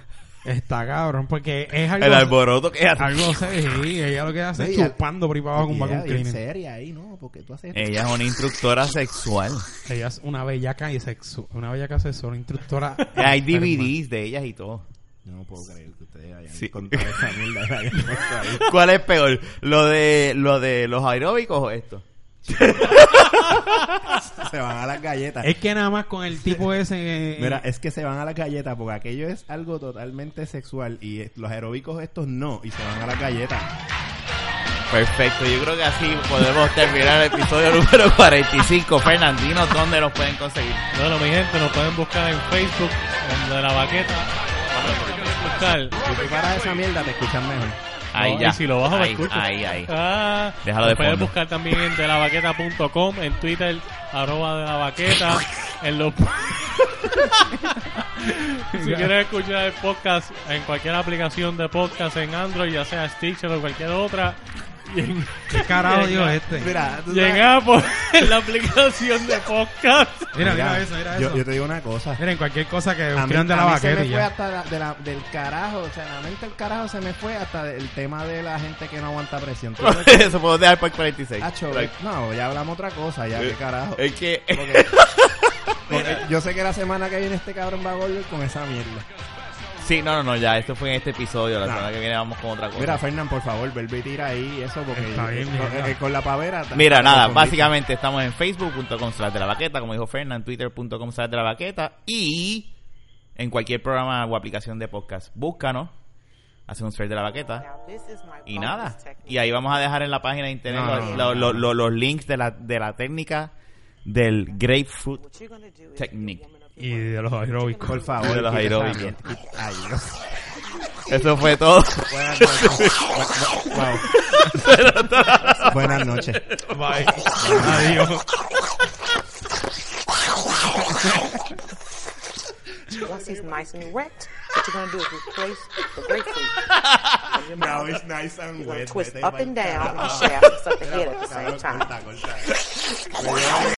Speaker 1: Está cabrón, porque es algo.
Speaker 2: El alboroto que hace.
Speaker 1: Algo se sí, ella lo que hace es
Speaker 4: Sí, ya-
Speaker 1: chupando por ahí para abajo con
Speaker 4: Y
Speaker 1: vacuum
Speaker 4: ella bien
Speaker 1: cleaner.
Speaker 4: seria ahí, ¿no? Porque tú haces...
Speaker 2: Ella es una instructora sexual.
Speaker 1: Ella es una bellaca y sexo, una bellaca sexual, instructora.
Speaker 2: Hay
Speaker 1: enferma.
Speaker 2: DVDs de ellas y todo.
Speaker 4: Yo no puedo creer que ustedes hayan
Speaker 2: Sí.
Speaker 4: contado esa mierda. que hayan puesto ahí.
Speaker 2: ¿Cuál es peor? ¿Lo de, lo de los aeróbicos o esto?
Speaker 4: se van a las galletas.
Speaker 1: Es que nada más con el tipo ese. eh,
Speaker 4: Mira, es que se van a las galletas porque aquello es algo totalmente sexual y eh, los aeróbicos estos no y se van a las galletas.
Speaker 2: Perfecto, yo creo que así podemos terminar el episodio número 45. Fernandino, ¿dónde los pueden conseguir?
Speaker 3: Bueno, mi gente, nos pueden buscar en Facebook, en de la baqueta. Pueden buscar.
Speaker 4: Si tú paras esa mierda te escuchan mejor.
Speaker 2: Ahí
Speaker 3: No,
Speaker 2: ya.
Speaker 3: Y si lo bajo, me
Speaker 2: ahí,
Speaker 3: escucho.
Speaker 2: ahí, ahí.
Speaker 3: Ah,
Speaker 2: Déjalo de
Speaker 3: nos pueden
Speaker 2: fondo.
Speaker 3: buscar también en delabaqueta.com, en Twitter, arroba de la baqueta, en los... si quieres escuchar el podcast en cualquier aplicación de podcast, en Android, ya sea Stitcher o cualquier otra, y en,
Speaker 1: ¿Qué carajo dijo este? Mira,
Speaker 4: Mira, tú
Speaker 3: y en
Speaker 4: sabes-
Speaker 3: Apple, en la aplicación de podcast.
Speaker 1: mira,
Speaker 4: Mira,
Speaker 1: eso, mira
Speaker 4: yo,
Speaker 1: eso.
Speaker 4: yo te digo una cosa.
Speaker 1: Miren, cualquier cosa que
Speaker 4: A mí,
Speaker 1: quieran de la
Speaker 4: a mí se
Speaker 1: vaqueta
Speaker 4: me
Speaker 1: y
Speaker 4: fue
Speaker 1: ya.
Speaker 4: hasta la- de la- del carajo, o sea, la mente del carajo se me fue hasta el tema de la gente que no aguanta presión. ¿Tú sabes
Speaker 2: Eso podemos dejar para el 46.
Speaker 4: Acho,
Speaker 2: Like,
Speaker 4: no, ya hablamos otra cosa, ya
Speaker 1: Eh,
Speaker 4: qué carajo.
Speaker 2: Es que...
Speaker 4: Porque yo sé que la semana que viene este cabrón va a volver con esa mierda.
Speaker 2: Sí, no, no, no, ya, esto fue en este episodio. La
Speaker 4: Nah.
Speaker 2: semana que viene vamos con otra cosa.
Speaker 4: Mira, Fernán, por favor, vuelve y tira ahí eso porque
Speaker 1: Está bien,
Speaker 4: eh,
Speaker 1: mira.
Speaker 4: eh, con la pavera. ta-
Speaker 2: Mira,
Speaker 4: ta-
Speaker 2: nada,
Speaker 4: confundiste.
Speaker 2: básicamente estamos en facebook.com slash de la baqueta, como dijo Fernan, twitter.com slash de la baqueta y en cualquier programa o aplicación de podcast, búscanos, hace un search de la baqueta
Speaker 9: Now, this is my
Speaker 2: y
Speaker 9: bonus
Speaker 2: nada.
Speaker 9: technique.
Speaker 2: Y ahí vamos a dejar en la página de internet
Speaker 1: No,
Speaker 2: los,
Speaker 1: no,
Speaker 2: los- los- los- los links de la, de la técnica del grapefruit
Speaker 9: What you're gonna do is be a
Speaker 2: Technique.
Speaker 9: woman of your
Speaker 1: Y
Speaker 9: word.
Speaker 1: de los aeróbicos.
Speaker 4: Por favor.
Speaker 2: de los
Speaker 4: quita esa
Speaker 2: aeróbicos.
Speaker 4: mierda. Ay, Dios.
Speaker 2: Eso fue todo.
Speaker 4: Buenas noches. Bu- bu- wow. Buenas noches.
Speaker 1: Bye. Adiós.
Speaker 9: Once he's nice and wet, what you're gonna do is replace the grapefruit.
Speaker 4: Now it's nice and
Speaker 9: You're gonna
Speaker 4: wet.
Speaker 9: twist
Speaker 4: Vete
Speaker 9: up
Speaker 4: pa'l
Speaker 9: and down
Speaker 4: carajo.
Speaker 9: the shaft, and up the head
Speaker 4: Mira,
Speaker 9: at the same time.
Speaker 4: corta, corta. Me llevan